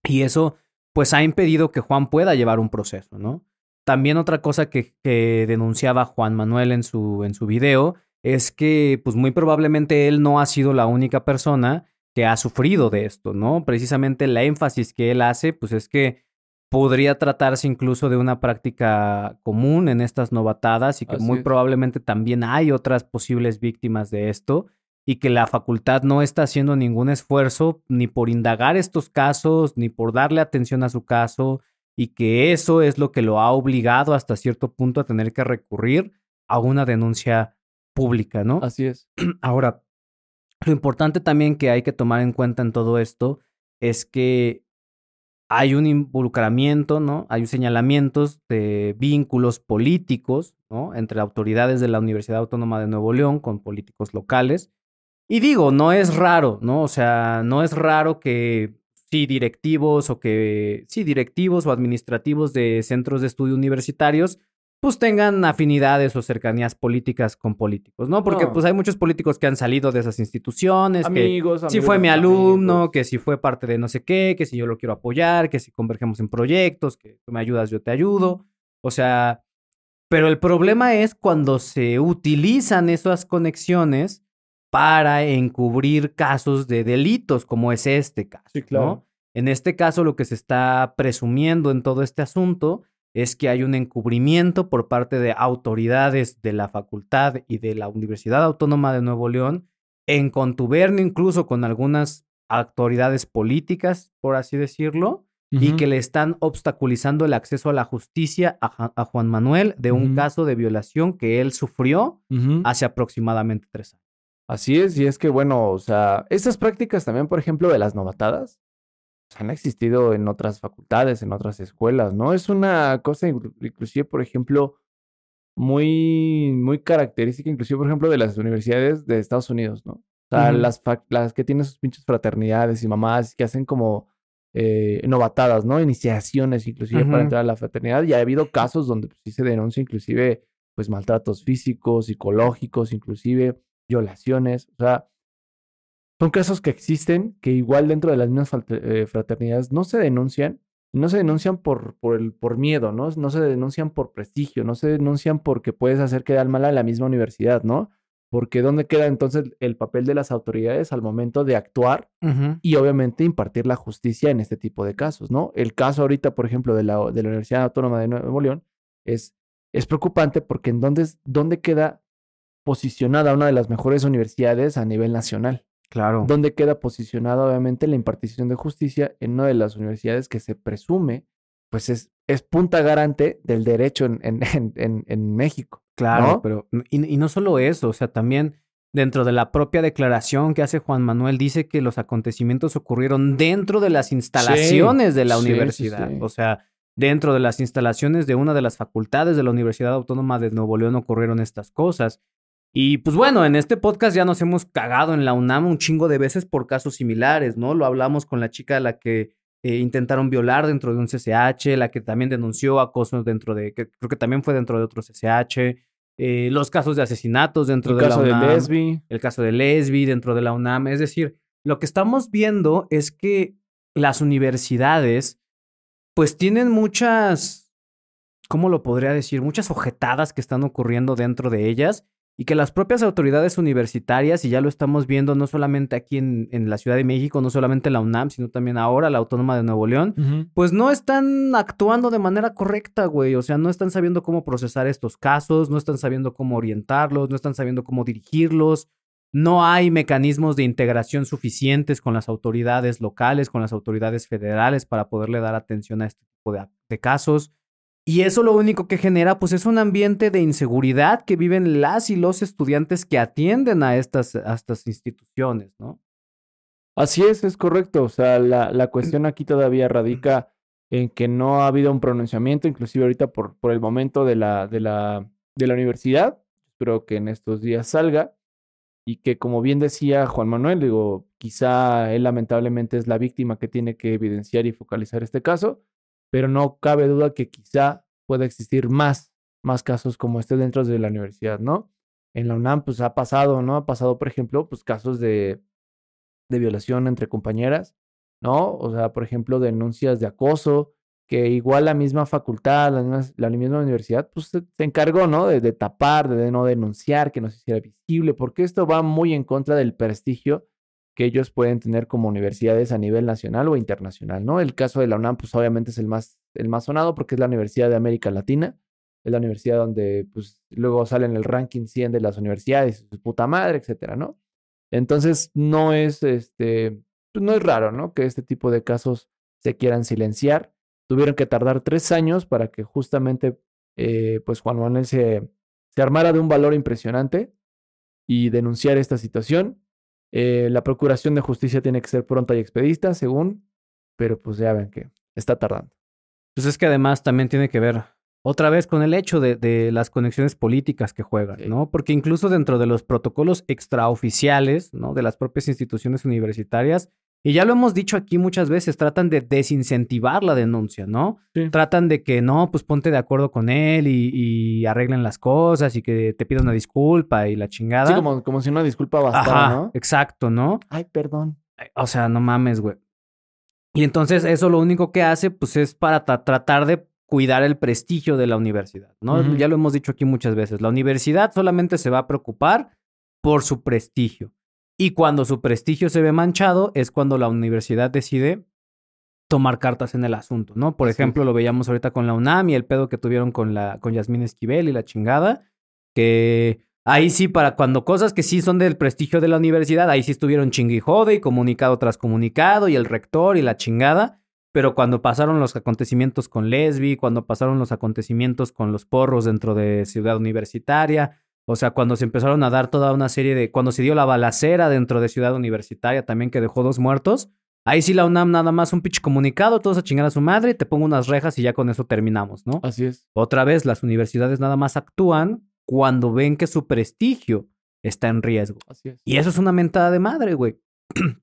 Speaker 1: Y eso, pues, ha impedido que Juan pueda llevar un proceso, ¿no? También otra cosa que, que denunciaba Juan Manuel en su, en su video es que, pues muy probablemente él no ha sido la única persona que ha sufrido de esto, ¿no? Precisamente la énfasis que él hace, pues es que podría tratarse incluso de una práctica común en estas novatadas y que
Speaker 2: Así
Speaker 1: muy
Speaker 2: es.
Speaker 1: probablemente también hay otras posibles víctimas de esto y que la facultad no está haciendo ningún esfuerzo ni por indagar estos casos, ni por darle atención a su caso, y que eso es lo que lo ha obligado hasta cierto punto a tener que recurrir a una denuncia pública, ¿no?
Speaker 2: Así es.
Speaker 1: Ahora, lo importante también que hay que tomar en cuenta en todo esto es que hay un involucramiento, ¿no? Hay señalamientos de vínculos políticos, ¿no? Entre autoridades de la Universidad Autónoma de Nuevo León con políticos locales. Y digo, no es raro, ¿no? O sea, no es raro que sí directivos o que sí directivos o administrativos de centros de estudio universitarios pues tengan afinidades o cercanías políticas con políticos, ¿no? Porque
Speaker 2: No.
Speaker 1: pues hay muchos políticos que han salido de esas instituciones, que
Speaker 2: amigos,
Speaker 1: si
Speaker 2: amigos,
Speaker 1: fue mi alumno,
Speaker 2: amigos.
Speaker 1: que si fue parte de no sé qué, que si yo lo quiero apoyar, que si convergemos en proyectos, que tú me ayudas, yo te ayudo. O sea, pero el problema es cuando se utilizan esas conexiones para encubrir casos de delitos, como es este caso.
Speaker 2: Sí, claro.
Speaker 1: ¿no? En este caso, lo que se está presumiendo en todo este asunto es que hay un encubrimiento por parte de autoridades de la facultad y de la Universidad Autónoma de Nuevo León en contubernio incluso con algunas autoridades políticas, por así decirlo, y
Speaker 2: Ujú.
Speaker 1: que le están obstaculizando el acceso a la justicia a, Ja- a Juan Manuel de un
Speaker 2: Ujú.
Speaker 1: caso de violación que él sufrió
Speaker 2: Ujú.
Speaker 1: hace aproximadamente tres años.
Speaker 2: Así es, y es que bueno, o sea, estas prácticas también, por ejemplo, de las novatadas, pues, han existido en otras facultades, en otras escuelas, ¿no? Es una cosa, inclu- inclusive, por ejemplo, muy, muy característica, inclusive, por ejemplo, de las universidades de Estados Unidos, ¿no? O sea,
Speaker 1: Ujú.
Speaker 2: las, fac- las que tienen sus pinches fraternidades y mamás que hacen como eh, novatadas, ¿no? Iniciaciones, inclusive,
Speaker 1: Ujú.
Speaker 2: para entrar a la fraternidad. Y ha habido casos donde pues, sí se denuncia, inclusive, pues, maltratos físicos, psicológicos, inclusive, violaciones. O sea, son casos que existen que igual dentro de las mismas falt- eh, fraternidades no se denuncian. No se denuncian por, por, el, por miedo, ¿no? No se denuncian por prestigio, no se denuncian porque puedes hacer quedar mal a la misma universidad, ¿no? Porque ¿dónde queda entonces el papel de las autoridades al momento de actuar y obviamente impartir la justicia en este tipo de casos, ¿no? El caso ahorita, por ejemplo, de la, de la Universidad Autónoma de Nuevo León es, es preocupante porque en dónde, es- dónde queda posicionada una de las mejores universidades a nivel nacional,
Speaker 1: Claro.
Speaker 2: dónde queda posicionada obviamente la impartición de justicia en una de las universidades que se presume, pues es, es punta garante del derecho en, en- en- en- en México.
Speaker 1: Claro,
Speaker 2: ¿no?
Speaker 1: pero y, y no solo eso, o sea, también dentro de la propia declaración que hace Juan Manuel dice que los acontecimientos ocurrieron dentro de las instalaciones de la
Speaker 2: sí, sí,
Speaker 1: universidad,
Speaker 2: sí.
Speaker 1: o sea, dentro de las instalaciones de una de las facultades de la Universidad Autónoma de Nuevo León ocurrieron estas cosas. Y pues bueno, en este podcast ya nos hemos cagado en la UNAM un chingo de veces por casos similares, ¿no? Lo hablamos con la chica a la que eh, intentaron violar dentro de un CCH, la que también denunció acoso dentro de, que creo que también fue dentro de otro CCH, eh, los casos de asesinatos dentro
Speaker 2: El
Speaker 1: de
Speaker 2: caso
Speaker 1: la
Speaker 2: de
Speaker 1: UNAM,
Speaker 2: Lesbi,
Speaker 1: el caso de Lesbi dentro de la UNAM. Es decir, lo que estamos viendo es que las universidades, pues tienen muchas, ¿cómo lo podría decir? Muchas ojetadas que están ocurriendo dentro de ellas y que las propias autoridades universitarias, y ya lo estamos viendo no solamente aquí en, en la Ciudad de México, no solamente la UNAM, sino también ahora la Autónoma de Nuevo León, pues no están actuando de manera correcta, güey. O sea, no están sabiendo cómo procesar estos casos, no están sabiendo cómo orientarlos, no están sabiendo cómo dirigirlos. No hay mecanismos de integración suficientes con las autoridades locales, con las autoridades federales para poderle dar atención a este tipo de, de casos. Y eso lo único que genera, pues, es un ambiente de inseguridad que viven las y los estudiantes que atienden a estas, a estas instituciones, ¿no?
Speaker 2: Así es, es correcto. O sea, la, la cuestión aquí todavía radica en que no ha habido un pronunciamiento, inclusive ahorita por, por el momento de la, de la, de la universidad. Espero que en estos días salga y que, como bien decía Juan Manuel, digo, quizá él lamentablemente es la víctima que tiene que evidenciar y focalizar este caso, pero no cabe duda que quizá pueda existir más, más casos como este dentro de la universidad, ¿no? En la UNAM, pues ha pasado, ¿no? Ha pasado, por ejemplo, pues casos de, de violación entre compañeras, ¿no? O sea, por ejemplo, denuncias de acoso, que igual la misma facultad, la misma, la misma universidad, pues se, se encargó, ¿no? De, de tapar, de no denunciar, que no se hiciera visible, porque esto va muy en contra del prestigio que ellos pueden tener como universidades a nivel nacional o internacional, ¿no? El caso de la UNAM, pues obviamente es el más, el más sonado porque es la Universidad de América Latina, es la universidad donde, pues, luego sale en el ranking 100 de las universidades, su puta madre, etcétera, ¿no? Entonces, no es este, pues, no es raro, ¿no? Que este tipo de casos se quieran silenciar. Tuvieron que tardar tres años para que justamente, eh, pues Juan Manuel se, se armara de un valor impresionante y denunciar esta situación. Eh, la procuración de justicia tiene que ser pronta y expedita, según, pero pues ya ven que está tardando.
Speaker 1: Pues es que además también tiene que ver otra vez con el hecho de, de las conexiones políticas que juegan,
Speaker 2: Sí.
Speaker 1: ¿no? Porque incluso dentro de los protocolos extraoficiales, ¿no? De las propias instituciones universitarias, y ya lo hemos dicho aquí muchas veces, tratan de desincentivar la denuncia, ¿no?
Speaker 2: Sí.
Speaker 1: Tratan de que no, pues ponte de acuerdo con él y, y arreglen las cosas y que te pida una disculpa y la chingada.
Speaker 2: Así como, como si una disculpa bastara,
Speaker 1: Ajá,
Speaker 2: ¿no?
Speaker 1: exacto, ¿no?
Speaker 2: Ay, perdón.
Speaker 1: O sea, no mames, güey. Y entonces eso lo único que hace, pues, es para tra- tratar de cuidar el prestigio de la universidad, ¿no?
Speaker 2: Ujú.
Speaker 1: Ya lo hemos dicho aquí muchas veces. La universidad solamente se va a preocupar por su prestigio. Y cuando su prestigio se ve manchado es cuando la universidad decide tomar cartas en el asunto, ¿no? Por
Speaker 2: Así es.
Speaker 1: ejemplo, lo veíamos ahorita con la UNAM y el pedo que tuvieron con la con Yasmín Esquivel y la chingada, que ahí sí para cuando cosas que sí son del prestigio de la universidad, ahí sí estuvieron chingue y jode y comunicado tras comunicado y el rector y la chingada, pero cuando pasaron los acontecimientos con Lesbi, cuando pasaron los acontecimientos con los porros dentro de Ciudad Universitaria, o sea, cuando se empezaron a dar toda una serie de. Cuando se dio la balacera dentro de Ciudad Universitaria también, que dejó dos muertos, Ahí sí la UNAM nada más un pitch comunicado, todos a chingar a su madre, te pongo unas rejas y ya con eso terminamos, ¿no?
Speaker 2: Así es.
Speaker 1: Otra vez, las universidades nada más actúan cuando ven que su prestigio está en riesgo.
Speaker 2: Así es.
Speaker 1: Y eso es una mentada de madre, güey.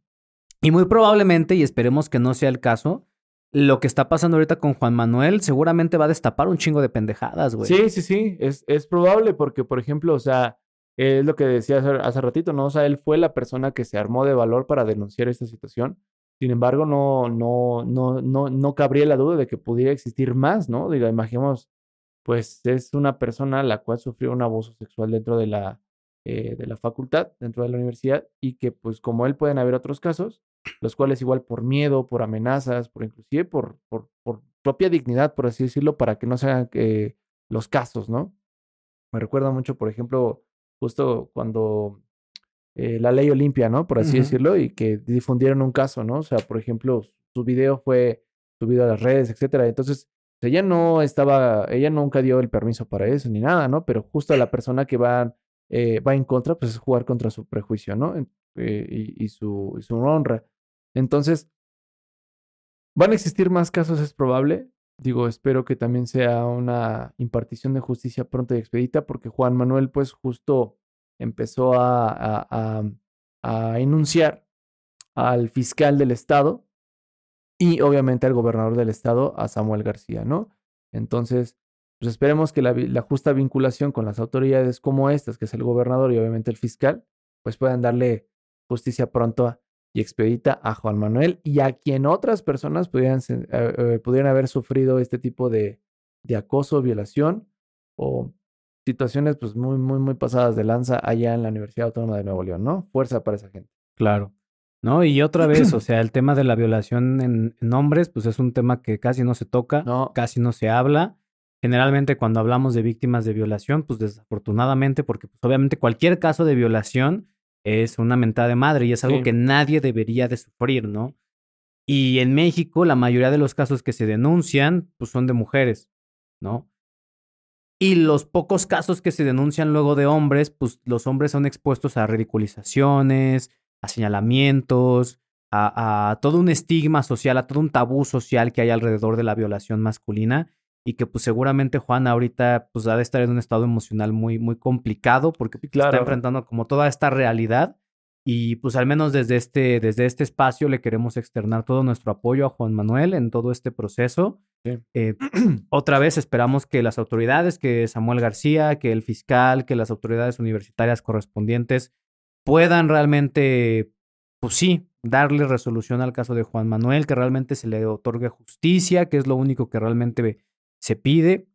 Speaker 1: y muy probablemente, y esperemos que no sea el caso, lo que está pasando ahorita con Juan Manuel seguramente va a destapar un chingo de pendejadas, güey.
Speaker 2: Sí, sí, sí, es, es probable porque, por ejemplo, o sea, es lo que decía hace, hace ratito, ¿no? O sea, él fue la persona que se armó de valor para denunciar esta situación. Sin embargo, no, no, no, no, no cabría la duda de que pudiera existir más, ¿no? Diga, imaginemos, pues es una persona la cual sufrió un abuso sexual dentro de la, eh, de la facultad, dentro de la universidad, y que, pues, como él pueden haber otros casos, los cuales igual por miedo, por amenazas, por inclusive por, por, por propia dignidad, por así decirlo, para que no se hagan eh, los casos, ¿no? Me recuerda mucho, por ejemplo, justo cuando eh, la ley Olimpia, ¿no? Por así
Speaker 1: Ujú.
Speaker 2: decirlo, y que difundieron un caso, ¿no? O sea, por ejemplo, su video fue subido a las redes, etcétera. Entonces, o sea, ella no estaba, ella nunca dio el permiso para eso ni nada, ¿no? Pero justo la persona que va, eh, va en contra, pues es jugar contra su prejuicio, ¿no? En- eh, y, y su, y su honra. Entonces, van a existir más casos, es probable. Digo, espero que también sea una impartición de justicia pronta y expedita, porque Juan Manuel, pues, justo empezó a, a- a- a enunciar al fiscal del estado y obviamente al gobernador del estado, a Samuel García, ¿no? Entonces, pues esperemos que la, vi- la justa vinculación con las autoridades como estas, que es el gobernador y obviamente el fiscal, pues puedan darle justicia pronta y expedita a Juan Manuel y a quien otras personas pudieran, sen- eh, eh, pudieran haber sufrido este tipo de, de acoso, violación o situaciones pues muy, muy, muy pasadas de lanza allá en la Universidad Autónoma de Nuevo León, ¿no? Fuerza para esa gente.
Speaker 1: Claro. No, y otra vez, o sea, el tema de la violación en, en hombres, pues es un tema que casi no se toca,
Speaker 2: No.
Speaker 1: casi no se habla. Generalmente cuando hablamos de víctimas de violación, pues desafortunadamente, porque pues, obviamente cualquier caso de violación es una mentada de madre y es algo
Speaker 2: Sí.
Speaker 1: que nadie debería de sufrir, ¿no? Y en México la mayoría de los casos que se denuncian, pues son de mujeres, ¿no? Y los pocos casos que se denuncian luego de hombres, pues los hombres son expuestos a ridiculizaciones, a señalamientos, a, a todo un estigma social, a todo un tabú social que hay alrededor de la violación masculina y que pues seguramente Juan ahorita pues ha de estar en un estado emocional muy, muy complicado porque
Speaker 2: Sí,
Speaker 1: pues, está
Speaker 2: claro.
Speaker 1: enfrentando como toda esta realidad y pues al menos desde este, desde este espacio le queremos externar todo nuestro apoyo a Juan Manuel en todo este proceso.
Speaker 2: Sí.
Speaker 1: Eh, otra vez esperamos que las autoridades, que Samuel García, que el fiscal, que las autoridades universitarias correspondientes puedan realmente, pues sí, darle resolución al caso de Juan Manuel, que realmente se le otorgue justicia, que es lo único que realmente se pide,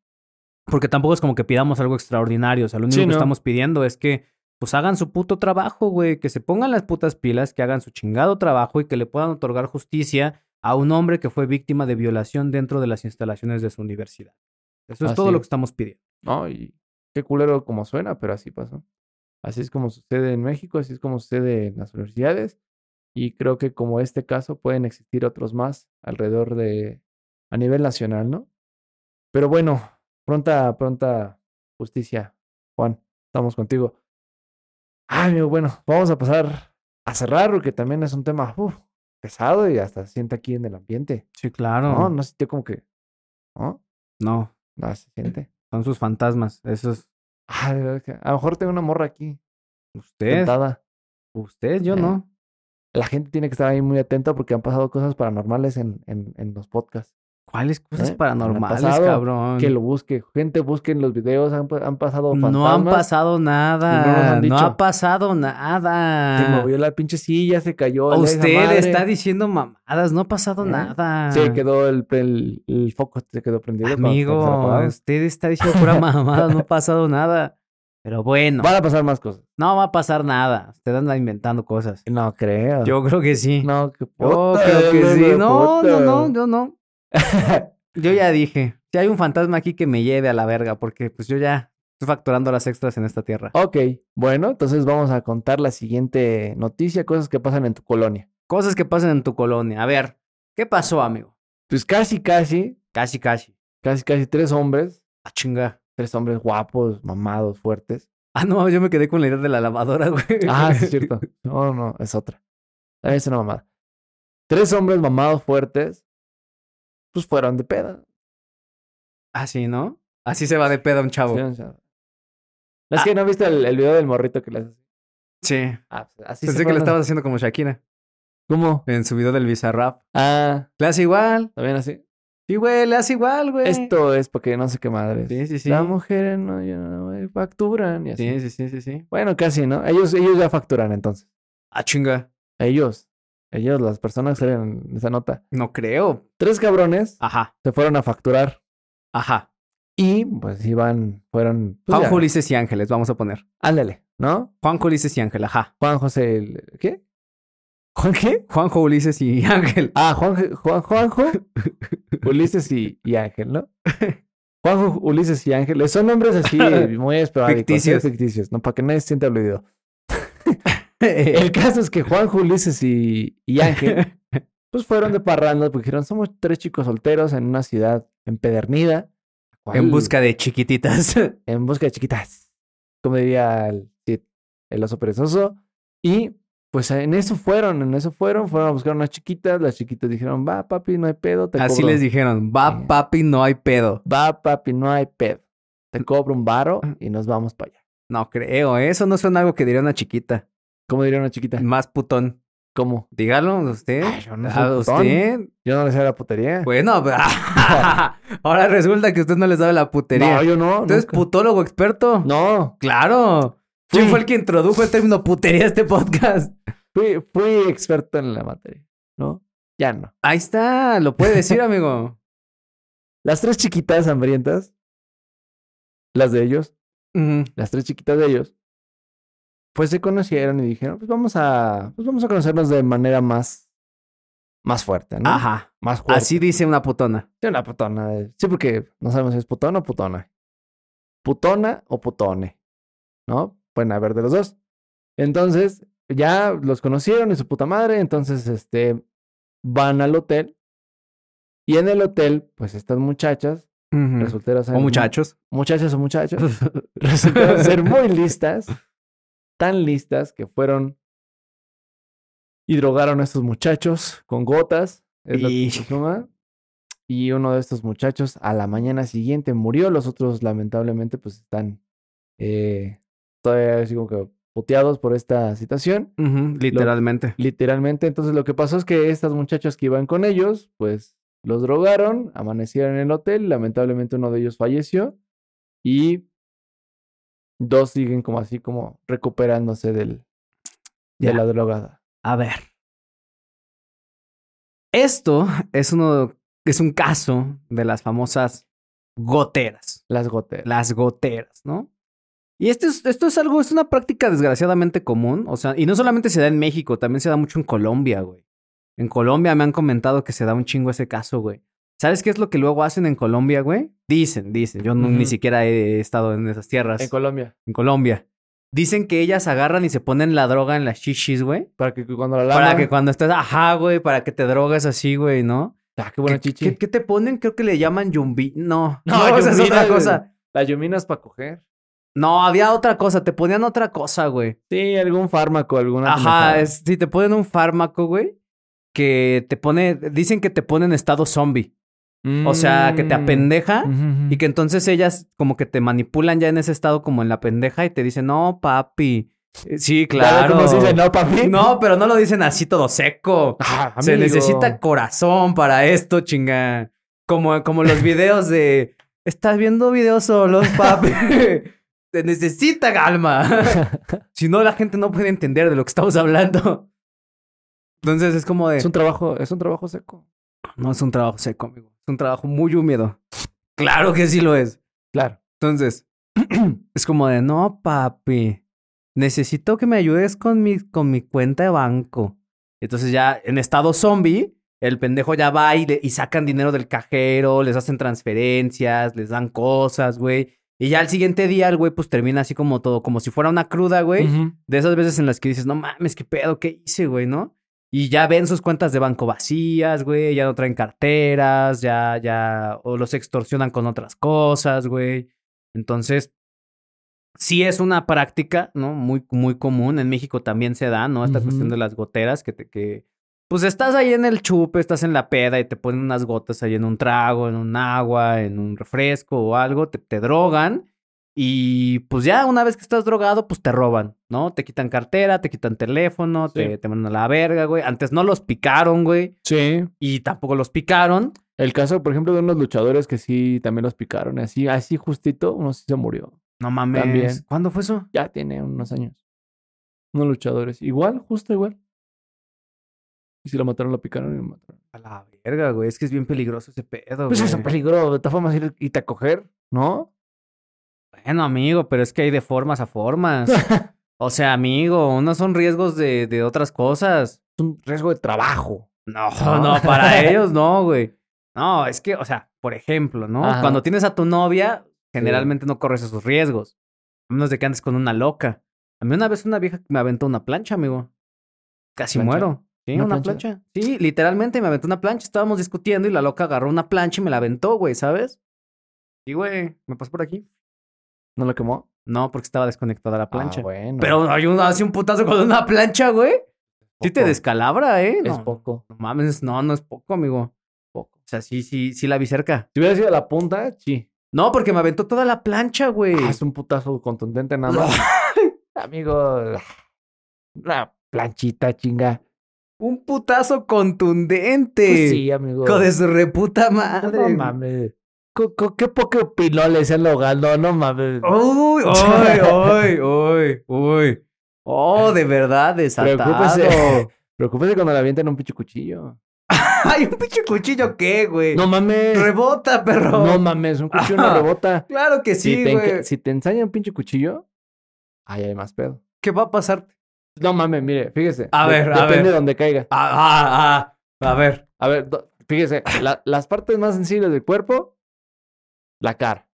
Speaker 1: porque tampoco es como que pidamos algo extraordinario, o sea, lo único
Speaker 2: Sí,
Speaker 1: que
Speaker 2: no.
Speaker 1: estamos pidiendo es que pues hagan su puto trabajo, güey, que se pongan las putas pilas, que hagan su chingado trabajo y que le puedan otorgar justicia a un hombre que fue víctima de violación dentro de las instalaciones de su universidad. Eso es
Speaker 2: Así
Speaker 1: todo lo
Speaker 2: es.
Speaker 1: que estamos pidiendo.
Speaker 2: ¿no? Y qué culero como suena, pero así pasó. Así es como sucede en México, así es como sucede en las universidades. Y creo que como este caso pueden existir otros más alrededor de, a nivel nacional, ¿no? Pero bueno, pronta, pronta justicia, Juan, estamos contigo. Ay, amigo, bueno, vamos a pasar a cerrar, porque también es un tema uf, pesado y hasta se siente aquí en el ambiente.
Speaker 1: Sí, claro.
Speaker 2: No, no sintió como que, ¿no?
Speaker 1: no,
Speaker 2: No, se siente.
Speaker 1: son sus fantasmas. Eso es
Speaker 2: Ah, de verdad que- a lo mejor tengo una morra aquí
Speaker 1: usted.
Speaker 2: sentada.
Speaker 1: Usted, yo
Speaker 2: Eh.
Speaker 1: no.
Speaker 2: La gente tiene que estar ahí muy atenta porque han pasado cosas paranormales en, en, en los podcasts.
Speaker 1: ¿Cuáles cosas
Speaker 2: Eh,
Speaker 1: paranormales,
Speaker 2: han pasado
Speaker 1: cabrón?
Speaker 2: Que lo busque. Gente, busquen los videos. Han, pa- han pasado fantasmas.
Speaker 1: No han pasado
Speaker 2: y no nos
Speaker 1: nada.
Speaker 2: han
Speaker 1: No, ha
Speaker 2: dicho.
Speaker 1: pasado
Speaker 2: Se
Speaker 1: nada.
Speaker 2: movió la pinche silla, se cayó. la esa
Speaker 1: ah. Usted
Speaker 2: madre,
Speaker 1: está diciendo mamadas. No ha pasado
Speaker 2: Eh,
Speaker 1: nada.
Speaker 2: Se quedó el, pre- el, el foco, se quedó prendido. cuando- cuando se lo
Speaker 1: Amigo,
Speaker 2: apagaron.
Speaker 1: usted está diciendo pura mamada. No ha pasado nada. Pero bueno,
Speaker 2: Van a pasar más cosas.
Speaker 1: no va a pasar nada. Usted anda inventando cosas.
Speaker 2: No creo.
Speaker 1: Yo creo que sí.
Speaker 2: no, que
Speaker 1: Yo
Speaker 2: puta,
Speaker 1: Oh, creo que
Speaker 2: hijo
Speaker 1: sí.
Speaker 2: de
Speaker 1: No, no,
Speaker 2: puta.
Speaker 1: no, yo no. Yo ya dije, si hay un fantasma aquí que me lleve a la verga, porque pues yo ya estoy facturando las extras en esta tierra.
Speaker 2: ok, bueno, entonces vamos a contar la siguiente noticia: cosas que pasan en tu colonia.
Speaker 1: Cosas que pasan en tu colonia. A ver, ¿qué pasó, amigo?
Speaker 2: Pues casi, casi,
Speaker 1: Casi, casi.
Speaker 2: casi, casi tres hombres,
Speaker 1: A chinga.
Speaker 2: tres hombres guapos, mamados, fuertes.
Speaker 1: Ah, no, yo me quedé con la idea de la lavadora, güey.
Speaker 2: Ah, sí, es cierto. No, no, es otra. También Es una Ah, mamada. Tres hombres mamados fuertes, pues fueron de peda.
Speaker 1: Así, Ah, ¿no? Así se va de peda un chavo.
Speaker 2: Sí, o sea.
Speaker 1: Ah.
Speaker 2: Es que no viste el, el video del morrito que les hace.
Speaker 1: Sí.
Speaker 2: Ah, pues, así se
Speaker 1: Pensé que
Speaker 2: fueron.
Speaker 1: le estabas haciendo como Shakira
Speaker 2: ¿Cómo?
Speaker 1: en su video del Bizarrap.
Speaker 2: Ah,
Speaker 1: Le hace igual.
Speaker 2: también así.
Speaker 1: Sí, güey, le hace igual, güey.
Speaker 2: Esto es porque no sé qué madre.
Speaker 1: Sí, sí, sí.
Speaker 2: Las mujeres no, ya no, eh, facturan y así.
Speaker 1: Sí, sí, sí, sí, sí.
Speaker 2: Bueno, casi, ¿no? Ellos, ellos ya facturan entonces.
Speaker 1: Ah, chinga.
Speaker 2: Ellos. Ellos, las personas que salen en esa nota.
Speaker 1: No creo.
Speaker 2: Tres cabrones
Speaker 1: Ajá,
Speaker 2: se fueron a facturar.
Speaker 1: ajá.
Speaker 2: Y pues iban, fueron. pues,
Speaker 1: Juan
Speaker 2: ya,
Speaker 1: Ulises y Ángeles, vamos a poner.
Speaker 2: Ándale, ¿no?
Speaker 1: Juan Ulises y Ángel, ajá.
Speaker 2: Juan José. el- ¿Qué? ¿Juan qué?
Speaker 1: Juanjo Ulises y Ángel.
Speaker 2: Ah, Juan, Juan, Juanjo, Ulises y, y Ángel, ¿no? Juanjo, Ulises y Ángel. eh, Son nombres así muy esporádicos.
Speaker 1: Ficticios.
Speaker 2: ¿eh? Ficticios, ¿no? Para que nadie se sienta olvidado. El caso es que Juanjo, Ulises y, y Ángel, pues fueron de parrandas porque dijeron, somos tres chicos solteros en una ciudad empedernida. ¿Cuál?
Speaker 1: en busca de chiquititas.
Speaker 2: En busca de chiquitas. Como diría el, Cid, el oso perezoso. Y pues en eso fueron, en eso fueron. Fueron a buscar unas chiquitas. Las chiquitas dijeron, va papi, no hay pedo, te
Speaker 1: Así
Speaker 2: cobro-
Speaker 1: les dijeron, va
Speaker 2: Sí.
Speaker 1: papi, no hay pedo.
Speaker 2: Va papi, no hay pedo.
Speaker 1: Mm.
Speaker 2: Te cobro un varo y nos vamos para allá.
Speaker 1: No creo, ¿eh? eso no suena algo que diría una chiquita.
Speaker 2: ¿Cómo diría una chiquita?
Speaker 1: Más putón.
Speaker 2: ¿Cómo?
Speaker 1: Dígalo usted.
Speaker 2: Ay, yo no soy
Speaker 1: Ah,
Speaker 2: putón.
Speaker 1: usted. Pues,
Speaker 2: Yo no le sé la putería.
Speaker 1: Bueno, ahora resulta que usted no le sabe la putería.
Speaker 2: no, yo no.
Speaker 1: ¿Usted es
Speaker 2: nunca.
Speaker 1: putólogo experto?
Speaker 2: No,
Speaker 1: Claro.
Speaker 2: Sí.
Speaker 1: ¿Quién fue el que introdujo el término putería a este podcast?
Speaker 2: Fui, fui experto en la materia, ¿no? Ya no.
Speaker 1: Ahí está, lo puede decir, amigo.
Speaker 2: Las tres chiquitas hambrientas, las de ellos,
Speaker 1: Ujú.
Speaker 2: las tres chiquitas de ellos, pues se conocieron y dijeron, pues vamos a, pues vamos a conocernos de manera más, más fuerte, ¿no?
Speaker 1: Ajá.
Speaker 2: Más fuerte.
Speaker 1: Así dice una putona.
Speaker 2: Sí, una putona. de- Sí, porque no sabemos si es putona o putona. Putona o putone. ¿No? Pueden haber de los dos. Entonces, ya los conocieron y su puta madre. Entonces, este, van al hotel. Y en el hotel, pues estas muchachas,
Speaker 1: Ujú.
Speaker 2: resultaron ser.
Speaker 1: Mm. O muchachos.
Speaker 2: Muchachas o muchachos, resultaron ser muy listas. Tan listas que fueron. Y drogaron a estos muchachos con gotas. es lo que
Speaker 1: Y-
Speaker 2: se suma. Y uno de estos muchachos a la mañana siguiente murió. Los otros, lamentablemente, pues están eh, todavía así como que puteados por esta situación.
Speaker 1: Ujú, Literalmente.
Speaker 2: Literalmente, entonces lo que pasó es que estas muchachas que iban con ellos, pues los drogaron, amanecieron en el hotel. Lamentablemente, uno de ellos falleció. Y dos siguen como así, como recuperándose del, de
Speaker 1: Ya.
Speaker 2: la drogada.
Speaker 1: A ver. Esto es uno es un caso de las famosas goteras,
Speaker 2: Las goteras.
Speaker 1: las goteras, ¿no? Y esto es, esto es algo, es una práctica desgraciadamente común, o sea, y no solamente se da en México, también se da mucho en Colombia, güey. En Colombia me han comentado que se da un chingo ese caso, güey. ¿Sabes qué es lo que luego hacen en Colombia, güey? Dicen, dicen, yo no-
Speaker 2: Ujú.
Speaker 1: ni siquiera he estado en esas tierras,
Speaker 2: En Colombia.
Speaker 1: en Colombia. Dicen que ellas agarran y se ponen la droga en las chichis, güey.
Speaker 2: Para que cuando la
Speaker 1: Para
Speaker 2: laman-
Speaker 1: que cuando estés, ajá, güey, para que te drogues así, güey, ¿no?
Speaker 2: Ah, qué buena
Speaker 1: ¿Qué,
Speaker 2: chichi.
Speaker 1: qué- qué te ponen? Creo que le llaman yumbi. No,
Speaker 2: No,
Speaker 1: no, esa es
Speaker 2: yumbina,
Speaker 1: otra cosa.
Speaker 2: La yumina es para coger.
Speaker 1: No, había otra cosa, te ponían otra cosa, güey.
Speaker 2: Sí, algún fármaco, alguna.
Speaker 1: Ajá,
Speaker 2: pendejada.
Speaker 1: es- sí, te ponen un fármaco, güey, que te pone, dicen que te pone en estado zombie. O sea, que te
Speaker 2: Mm.
Speaker 1: apendeja
Speaker 2: Ujú, ujú.
Speaker 1: y que entonces ellas como que te manipulan ya en ese estado como en la pendeja y te dicen, no, papi. Eh, Sí, claro.
Speaker 2: ¿Cómo se dice? No, papi.
Speaker 1: No, pero no lo dicen así todo seco.
Speaker 2: Ah,
Speaker 1: Se
Speaker 2: amigo.
Speaker 1: necesita corazón para esto, chinga. Como, como los videos de. Estás viendo videos solos, papi. Se necesita calma. si no, la gente no puede entender de lo que estamos hablando. Entonces es como de.
Speaker 2: Es un trabajo, es un trabajo seco.
Speaker 1: No es un trabajo seco, amigo. Es un trabajo muy húmedo. Claro que sí lo es.
Speaker 2: Claro.
Speaker 1: Entonces, es como de, no, papi, necesito que me ayudes con mi, con mi cuenta de banco. Entonces ya en estado zombie, el pendejo ya va y, le- y sacan dinero del cajero, les hacen transferencias, les dan cosas, güey. Y ya al siguiente día el güey pues termina así como todo, como si fuera una cruda, güey.
Speaker 2: Ujú.
Speaker 1: De esas veces en las que dices, no mames, qué pedo, qué hice, güey, ¿no? Y ya ven sus cuentas de banco vacías, güey, ya no traen carteras, ya, ya, o los extorsionan con otras cosas, güey. Entonces, sí es una práctica, ¿no? Muy, muy común. En México también se da, ¿no? Esta
Speaker 2: Ujú.
Speaker 1: cuestión de las goteras que, te, que Pues estás ahí en el chupe, estás en la peda y te ponen unas gotas ahí en un trago, en un agua, en un refresco o algo, te, te drogan y pues ya una vez que estás drogado, pues te roban, ¿no? Te quitan cartera, te quitan teléfono,
Speaker 2: Sí.
Speaker 1: te, te mandan a la verga, güey. Antes no los picaron, güey,
Speaker 2: Sí.
Speaker 1: y tampoco los picaron.
Speaker 2: El caso, por ejemplo, de unos luchadores que sí también los picaron. Así, así justito, uno sí se murió.
Speaker 1: No mames.
Speaker 2: También.
Speaker 1: ¿Cuándo fue eso?
Speaker 2: Ya tiene unos años. Unos luchadores. Igual, justo igual. Y si lo mataron, lo picaron y lo mataron.
Speaker 1: A la verga, güey. Es que es bien peligroso ese pedo,
Speaker 2: Pues es
Speaker 1: güey.
Speaker 2: un peligro. De todas formas, ir- irte a coger, ¿no?
Speaker 1: Bueno, amigo, pero es que hay de formas a formas. o sea, amigo, unos son riesgos de, de otras cosas.
Speaker 2: Es un riesgo de trabajo.
Speaker 1: No,
Speaker 2: No.
Speaker 1: no, para ellos no, güey. No, es que, o sea, por ejemplo, ¿no?
Speaker 2: Ajá.
Speaker 1: Cuando tienes a tu novia, generalmente no corres esos riesgos. A menos de que andes con una loca. A mí una vez una vieja me aventó una plancha, amigo. Casi
Speaker 2: ¿Plancha?
Speaker 1: muero. Sí,
Speaker 2: ¿Una
Speaker 1: una
Speaker 2: plancha?
Speaker 1: plancha. Sí, literalmente me aventó una plancha. Estábamos discutiendo y la loca agarró una plancha y me la aventó, güey, ¿sabes? Y, güey, me pasó por aquí.
Speaker 2: ¿No lo quemó?
Speaker 1: No, porque estaba desconectada la plancha.
Speaker 2: Ah, bueno.
Speaker 1: Pero hay un, así un putazo con una plancha, güey. Sí te
Speaker 2: Poco.
Speaker 1: descalabra, ¿eh? No,
Speaker 2: Es poco,
Speaker 1: no mames, no, no es poco, amigo.
Speaker 2: poco.
Speaker 1: O sea, sí, sí, sí la vi cerca.
Speaker 2: Si hubiera sido la punta, sí.
Speaker 1: No, porque me aventó toda la plancha, güey.
Speaker 2: Ah, es un putazo contundente nada más. Amigo, una planchita chinga.
Speaker 1: un putazo contundente.
Speaker 2: Pues sí, amigo.
Speaker 1: Hijo de su reputa madre.
Speaker 2: No
Speaker 1: güey.
Speaker 2: mames. Co- co- ¿Qué poco pilón le el hogar? No, no mames.
Speaker 1: Oh, Uy, uy, uy, uy, uy. Oh, de verdad, desatado.
Speaker 2: Preocúpese. Preocúpese cuando le avienten un pinche cuchillo.
Speaker 1: Ay, un pinche cuchillo, ¿qué, güey?
Speaker 2: No mames.
Speaker 1: Rebota, perro.
Speaker 2: No mames, un cuchillo no
Speaker 1: Eh, Ajá.
Speaker 2: rebota.
Speaker 1: claro que sí,
Speaker 2: si, te, enca-
Speaker 1: güey.
Speaker 2: si te ensaña un pinche cuchillo, ahí hay más pedo.
Speaker 1: ¿Qué va a pasar?
Speaker 2: No mames, mire, fíjese.
Speaker 1: A ver, a
Speaker 2: Depende
Speaker 1: ver.
Speaker 2: de donde caiga.
Speaker 1: Ah, ah, ah. A ver.
Speaker 2: A ver, do- fíjese, la- las partes más sensibles del cuerpo, la cara,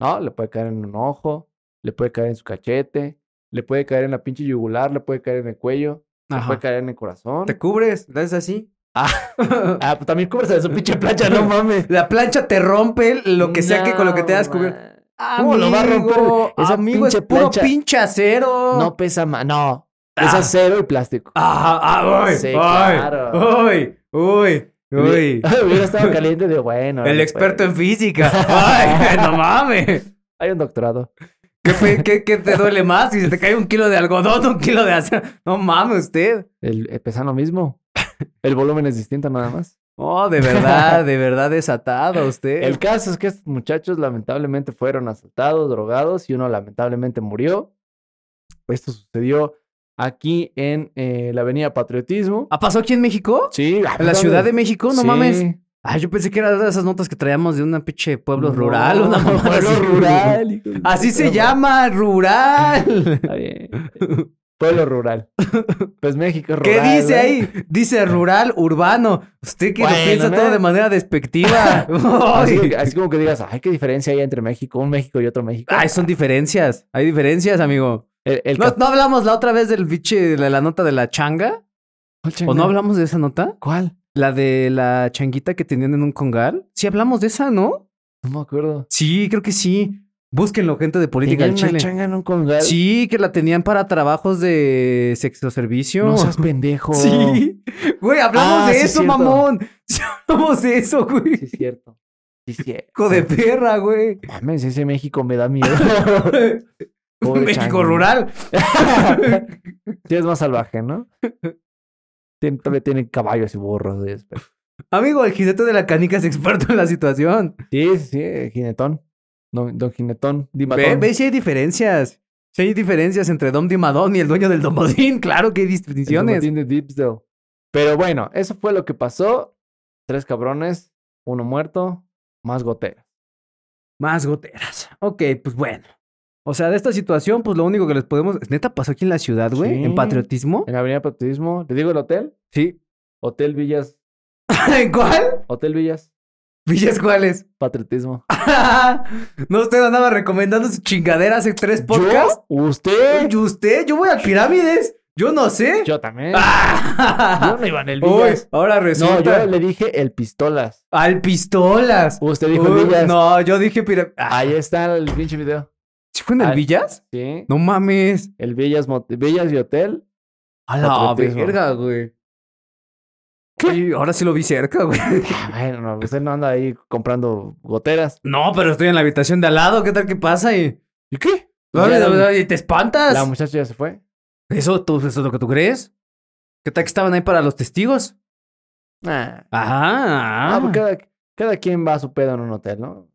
Speaker 2: ¿no? Le puede caer en un ojo, le puede caer en su cachete, le puede caer en la pinche yugular, le puede caer en el cuello, le
Speaker 1: Ajá.
Speaker 2: puede caer en el corazón.
Speaker 1: ¿Te cubres? ¿La haces así?
Speaker 2: Ah, pues también cúbrese de su pinche plancha, no mames.
Speaker 1: La plancha te rompe lo que sea que con lo que te hayas
Speaker 2: No,
Speaker 1: cubierto.
Speaker 2: ma- ¿Cómo lo va a romper
Speaker 1: Amigo, ah,
Speaker 2: esa
Speaker 1: amigo, es
Speaker 2: pinche
Speaker 1: puro
Speaker 2: plancha?
Speaker 1: pinche acero.
Speaker 2: No pesa más, no. Pesa
Speaker 1: Ah.
Speaker 2: cero y plástico.
Speaker 1: Ah, ah, uy,
Speaker 2: Sí,
Speaker 1: uy,
Speaker 2: claro.
Speaker 1: uy, uy, uy.
Speaker 2: Hubiera estado caliente de bueno.
Speaker 1: El
Speaker 2: órale,
Speaker 1: experto
Speaker 2: pues.
Speaker 1: en física. Ay, no mames.
Speaker 2: Hay un doctorado.
Speaker 1: ¿Qué, fe- qué- qué te duele más? Si se te cae un kilo de algodón o un kilo de acero. No mames usted.
Speaker 2: El, eh, pesa lo mismo. El volumen es distinto nada más.
Speaker 1: Oh, de verdad, de verdad desatado usted.
Speaker 2: El caso es que estos muchachos lamentablemente fueron asaltados, drogados y uno lamentablemente murió. Esto sucedió aquí en eh, la Avenida Patriotismo.
Speaker 1: ¿Ah, pasó aquí en México?
Speaker 2: Sí, ah,
Speaker 1: ¿En la Ciudad de México? No mames. Ah, yo pensé que era de esas notas que traíamos de una pinche pueblo rural. Una mamada
Speaker 2: pueblo
Speaker 1: así.
Speaker 2: rural. hijo de
Speaker 1: Así
Speaker 2: puta
Speaker 1: se
Speaker 2: madre.
Speaker 1: llama, rural.
Speaker 2: Está bien. Pueblo rural. Pues México es
Speaker 1: ¿Qué
Speaker 2: rural.
Speaker 1: dice
Speaker 2: ¿no?
Speaker 1: ahí? Dice rural, urbano. Usted que
Speaker 2: Bueno,
Speaker 1: lo piensa
Speaker 2: ¿no?
Speaker 1: todo de manera despectiva.
Speaker 2: Así,
Speaker 1: Ay.
Speaker 2: como que- así como que digas, ay, qué diferencia hay entre México, un México y otro México.
Speaker 1: Ay, son diferencias. Hay diferencias, amigo.
Speaker 2: El- el
Speaker 1: ¿No,
Speaker 2: cap-
Speaker 1: no hablamos la otra vez del biche, de la nota de la changa? ¿O pues no hablamos de esa nota?
Speaker 2: ¿Cuál?
Speaker 1: La de la changuita que tenían en un congal. Sí hablamos de esa, ¿no?
Speaker 2: No me acuerdo.
Speaker 1: Sí, creo que sí. Búsquenlo, gente de política
Speaker 2: Tenían
Speaker 1: del
Speaker 2: una
Speaker 1: Chile.
Speaker 2: changa en un congal.
Speaker 1: Sí, que la tenían para trabajos de sexo servicio.
Speaker 2: No seas pendejo.
Speaker 1: Sí. Güey, hablamos
Speaker 2: Ah,
Speaker 1: de
Speaker 2: sí,
Speaker 1: eso,
Speaker 2: cierto.
Speaker 1: mamón. Sí, hablamos de eso, güey.
Speaker 2: Sí, es cierto. Sí, es cierto.
Speaker 1: Hijo de perra, güey.
Speaker 2: Mames, ese México me da miedo. Pobre
Speaker 1: México
Speaker 2: chango.
Speaker 1: rural.
Speaker 2: sí, es más salvaje, ¿no? Tien- Todavía tienen caballos y burros. y eso, pero-
Speaker 1: Amigo, el jinete de la canica es experto en la situación.
Speaker 2: Sí, sí, sí, jinetón. Don, don Jinetón,
Speaker 1: Ve,
Speaker 2: Dimatón.
Speaker 1: ve si hay diferencias. Si hay diferencias entre Dom Dimadón y el dueño del Domodín. Claro que hay
Speaker 2: El Don
Speaker 1: distinciones.
Speaker 2: Martín de Dipsdale. Pero bueno, eso fue lo que pasó. Tres cabrones, uno muerto, más goteras.
Speaker 1: Más goteras. Ok, pues bueno. O sea, de esta situación, pues lo único que les podemos. Neta, pasó aquí en la ciudad, güey.
Speaker 2: Sí.
Speaker 1: En patriotismo.
Speaker 2: En la Avenida Patriotismo, ¿te digo el hotel?
Speaker 1: Sí.
Speaker 2: Hotel Villas,
Speaker 1: ¿En cuál?
Speaker 2: Hotel Villas,
Speaker 1: Villas cuáles.
Speaker 2: Patriotismo.
Speaker 1: no, usted andaba recomendando sus chingaderas hace tres podcasts.
Speaker 2: ¿Yo? ¿Eh? ¿Usted?
Speaker 1: ¿Y usted? Yo voy a pirámides. Yo no sé.
Speaker 2: Yo también.
Speaker 1: Ah.
Speaker 2: Yo no iba en el
Speaker 1: Uy,
Speaker 2: Villas.
Speaker 1: ahora
Speaker 2: no,
Speaker 1: resulta.
Speaker 2: yo le dije el Pistolas.
Speaker 1: Al pistolas.
Speaker 2: Usted dijo el
Speaker 1: Uy,
Speaker 2: Villas.
Speaker 1: no, yo dije pirámides. Ah,
Speaker 2: Ahí está el pinche video.
Speaker 1: ¿Sí fue en el
Speaker 2: Al-
Speaker 1: Villas?
Speaker 2: Sí.
Speaker 1: No mames.
Speaker 2: El Villas, Mot- Villas y Hotel.
Speaker 1: A la
Speaker 2: Patriotismo.
Speaker 1: verga, güey. Y ahora sí lo vi cerca, güey.
Speaker 2: Ah, Bueno, no, usted no anda ahí comprando goteras.
Speaker 1: No, pero estoy en la habitación de al lado. ¿Qué tal que pasa? ¿Y, ¿Y qué? No,
Speaker 2: Ya,
Speaker 1: no,
Speaker 2: la-
Speaker 1: no, y te espantas.
Speaker 2: La muchacha ya se fue.
Speaker 1: ¿Eso, tú- eso es lo que tú crees? ¿Qué tal que estaban ahí para los testigos?
Speaker 2: Ah,
Speaker 1: Ajá.
Speaker 2: Ah, pues cada, cada quien va a su pedo en un hotel, ¿no?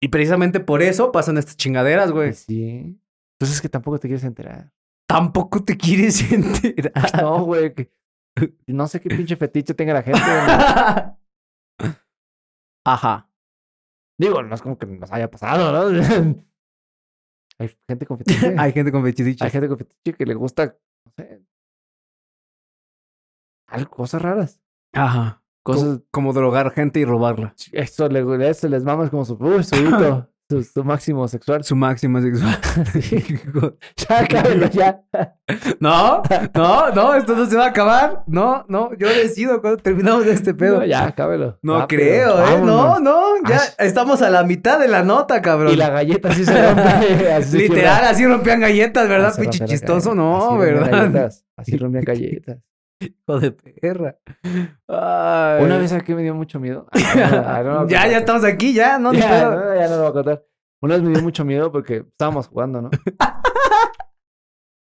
Speaker 1: Y precisamente por eso pasan estas chingaderas,
Speaker 2: Y
Speaker 1: güey.
Speaker 2: Sí. Pues es que tampoco te quieres enterar.
Speaker 1: Tampoco te quieres enterar.
Speaker 2: No, güey. que- No sé qué pinche fetiche tenga la gente. güey.
Speaker 1: Ajá.
Speaker 2: Digo, no es como que nos haya pasado, ¿no? Hay gente con fetiche.
Speaker 1: Hay gente con
Speaker 2: Hay
Speaker 1: fetichitos.
Speaker 2: gente con fetiche que le gusta, no sé. Algo, cosas raras.
Speaker 1: Ajá.
Speaker 2: Cosas.
Speaker 1: Co- como drogar gente y robarla.
Speaker 2: Eso, le, eso les mamas como su. Uy, su hito. Su, su máximo sexual.
Speaker 1: Su máxima sexual.
Speaker 2: Ya, cábelo, ya.
Speaker 1: no, no, no, esto no se va a acabar. No, no, yo decido cuando terminamos este pedo.
Speaker 2: No, ya, cábelo.
Speaker 1: No
Speaker 2: Rápido.
Speaker 1: creo, ¿eh?
Speaker 2: Vámonos.
Speaker 1: No, no, ya estamos a la mitad de la nota, cabrón.
Speaker 2: Y la galleta sí se rompe. así
Speaker 1: Literal,
Speaker 2: circula.
Speaker 1: así rompían galletas,
Speaker 2: Ah,
Speaker 1: ¿verdad?
Speaker 2: se
Speaker 1: Pinche
Speaker 2: rompe la
Speaker 1: chistoso,
Speaker 2: galleta.
Speaker 1: no,
Speaker 2: Así rompían
Speaker 1: ¿verdad?
Speaker 2: galletas, Así rompían galletas.
Speaker 1: Hijo de perra. Ay.
Speaker 2: Una vez aquí me dio mucho miedo. Ah, no, no, no,
Speaker 1: ya,
Speaker 2: no,
Speaker 1: ya estamos aquí, ya, no, ni
Speaker 2: ya,
Speaker 1: pedo.
Speaker 2: no, ya no lo voy a contar. Una vez me dio mucho miedo porque estábamos jugando, ¿no?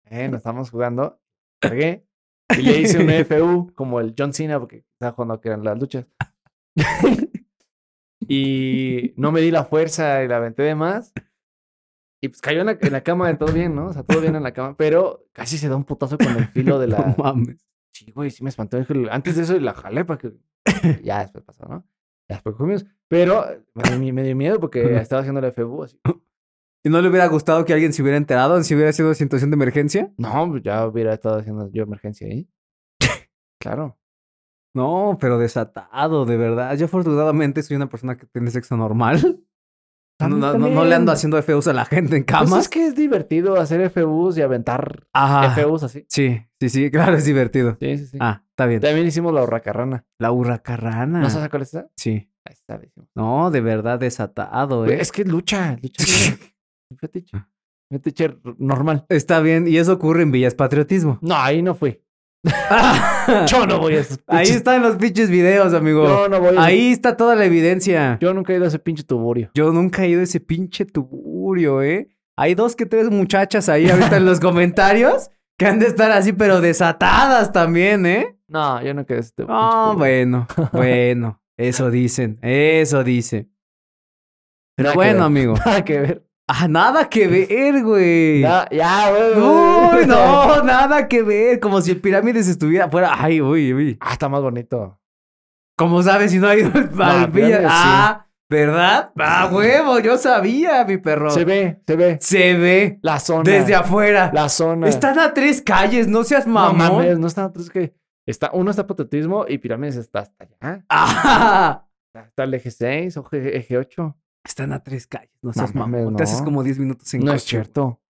Speaker 2: Eh, nos estábamos jugando. Cargué. Y le hice un FU como el John Cena porque estaba jugando que eran las luchas. y no me di la fuerza y la aventé de más. Y pues cayó en la, en la cama de todo bien, ¿no? O sea, todo bien en la cama, pero casi se da un putazo con el filo de
Speaker 1: No
Speaker 2: la,
Speaker 1: mames.
Speaker 2: Sí, güey, sí me espantó. Dije, Antes de eso la jalé para que. ya después pasó, ¿no? Ya después comimos. Pero me, dio- me dio miedo porque estaba haciendo la FBU así.
Speaker 1: ¿Y no le hubiera gustado que alguien se hubiera enterado si hubiera sido situación de emergencia?
Speaker 2: No, pues ya hubiera estado haciendo yo emergencia ahí. claro.
Speaker 1: No, pero desatado, de verdad. Yo afortunadamente soy una persona que tiene sexo normal. No, no, no- no le ando haciendo feos a la gente en
Speaker 2: Pues
Speaker 1: camas.
Speaker 2: es que es divertido hacer FBUs y aventar
Speaker 1: Ajá.
Speaker 2: FBUs así.
Speaker 1: Sí, sí, sí, claro, es divertido.
Speaker 2: Sí, sí, sí.
Speaker 1: Ah, está bien.
Speaker 2: También hicimos la hurracarrana.
Speaker 1: La hurracarrana.
Speaker 2: ¿No sabes cuál es esa?
Speaker 1: Sí.
Speaker 2: Ahí está, la hicimos.
Speaker 1: No, de verdad desatado,
Speaker 2: Güey,
Speaker 1: ¿eh?
Speaker 2: Es que es lucha, lucha. libre. Un fetiche.
Speaker 1: Ah.
Speaker 2: Un fetiche normal.
Speaker 1: Está bien, y eso ocurre en Villas Patriotismo.
Speaker 2: No, ahí no fui. Yo no voy a esos
Speaker 1: Ahí
Speaker 2: pinches-
Speaker 1: están los pinches videos, amigo.
Speaker 2: Yo no voy a
Speaker 1: Ahí está toda la evidencia.
Speaker 2: Yo nunca he ido a ese pinche tuburio.
Speaker 1: Yo nunca he ido a ese pinche tuburio, ¿eh? Hay dos que tres muchachas ahí ahorita en los comentarios que han de estar así, pero desatadas también, ¿eh?
Speaker 2: No, yo nunca he ido a ese pinche
Speaker 1: Ah,
Speaker 2: tuburio.
Speaker 1: bueno, bueno. Eso dicen, eso dicen. Pero
Speaker 2: Nada que
Speaker 1: bueno,
Speaker 2: ver.
Speaker 1: amigo.
Speaker 2: Nada que ver.
Speaker 1: Ah, nada que ver, güey.
Speaker 2: Ya, ya, güey.
Speaker 1: Uy,
Speaker 2: güey.
Speaker 1: no, nada que ver. Como si el pirámides estuviera fuera. Ay, uy, uy.
Speaker 2: Ah, está más bonito.
Speaker 1: ¿Cómo sabes si no ha ido al al
Speaker 2: Pirámides,
Speaker 1: Villa?
Speaker 2: sí.
Speaker 1: Ah, ¿verdad? Ah, huevo, yo sabía, mi perro.
Speaker 2: Se ve, se ve.
Speaker 1: Se ve.
Speaker 2: La zona.
Speaker 1: Desde afuera.
Speaker 2: La zona.
Speaker 1: Están a tres calles, no seas
Speaker 2: No
Speaker 1: mamón.
Speaker 2: mames, no está. pues Es que está, uno está patriotismo y pirámides está hasta allá.
Speaker 1: Ah,
Speaker 2: Está el eje 6 o eje, eje 8.
Speaker 1: están a tres calles, no seas
Speaker 2: mames,
Speaker 1: mamón. Te
Speaker 2: no.
Speaker 1: haces como 10 minutos en
Speaker 2: No es
Speaker 1: coche, güey.
Speaker 2: cierto.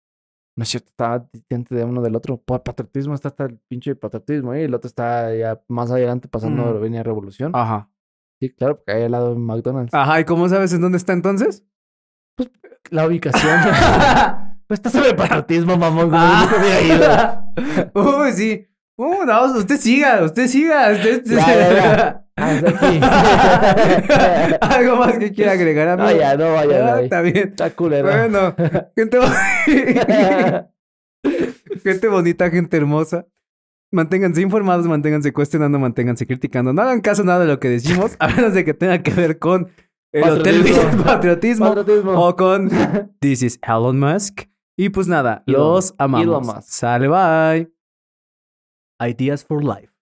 Speaker 2: No es cierto, está distante de uno del otro. Por patriotismo está hasta el pinche patriotismo y el otro está ya más adelante pasando
Speaker 1: Mm.
Speaker 2: la avenida Revolución.
Speaker 1: Ajá.
Speaker 2: Sí, claro, porque ahí al lado de McDonald's.
Speaker 1: Ajá, ¿y cómo sabes en dónde está entonces?
Speaker 2: La ubicación. Pues está sobre patriotismo, mamón. güey.
Speaker 1: Ah.
Speaker 2: Yo nunca había ido.
Speaker 1: Uy, sí. Uh, no, usted siga, usted siga. usted-
Speaker 2: Ya, Hasta aquí.
Speaker 1: Algo más que quiera agregar, amigo.
Speaker 2: no, ya, no vayan
Speaker 1: Ah,
Speaker 2: ahí.
Speaker 1: está bien.
Speaker 2: Está culero.
Speaker 1: Bueno, gente, bo- gente bonita, gente hermosa. Manténganse informados, manténganse cuestionando, manténganse criticando. No hagan caso a nada de lo que decimos, a menos de que tenga que ver con el hotel
Speaker 2: Patriotismo.
Speaker 1: Villa patriotismo
Speaker 2: Patriotismo.
Speaker 1: o con This is Elon Musk. Y pues nada,
Speaker 2: Elon-
Speaker 1: los amamos.
Speaker 2: Elon Musk.
Speaker 1: Sale, bye. Ideas for life.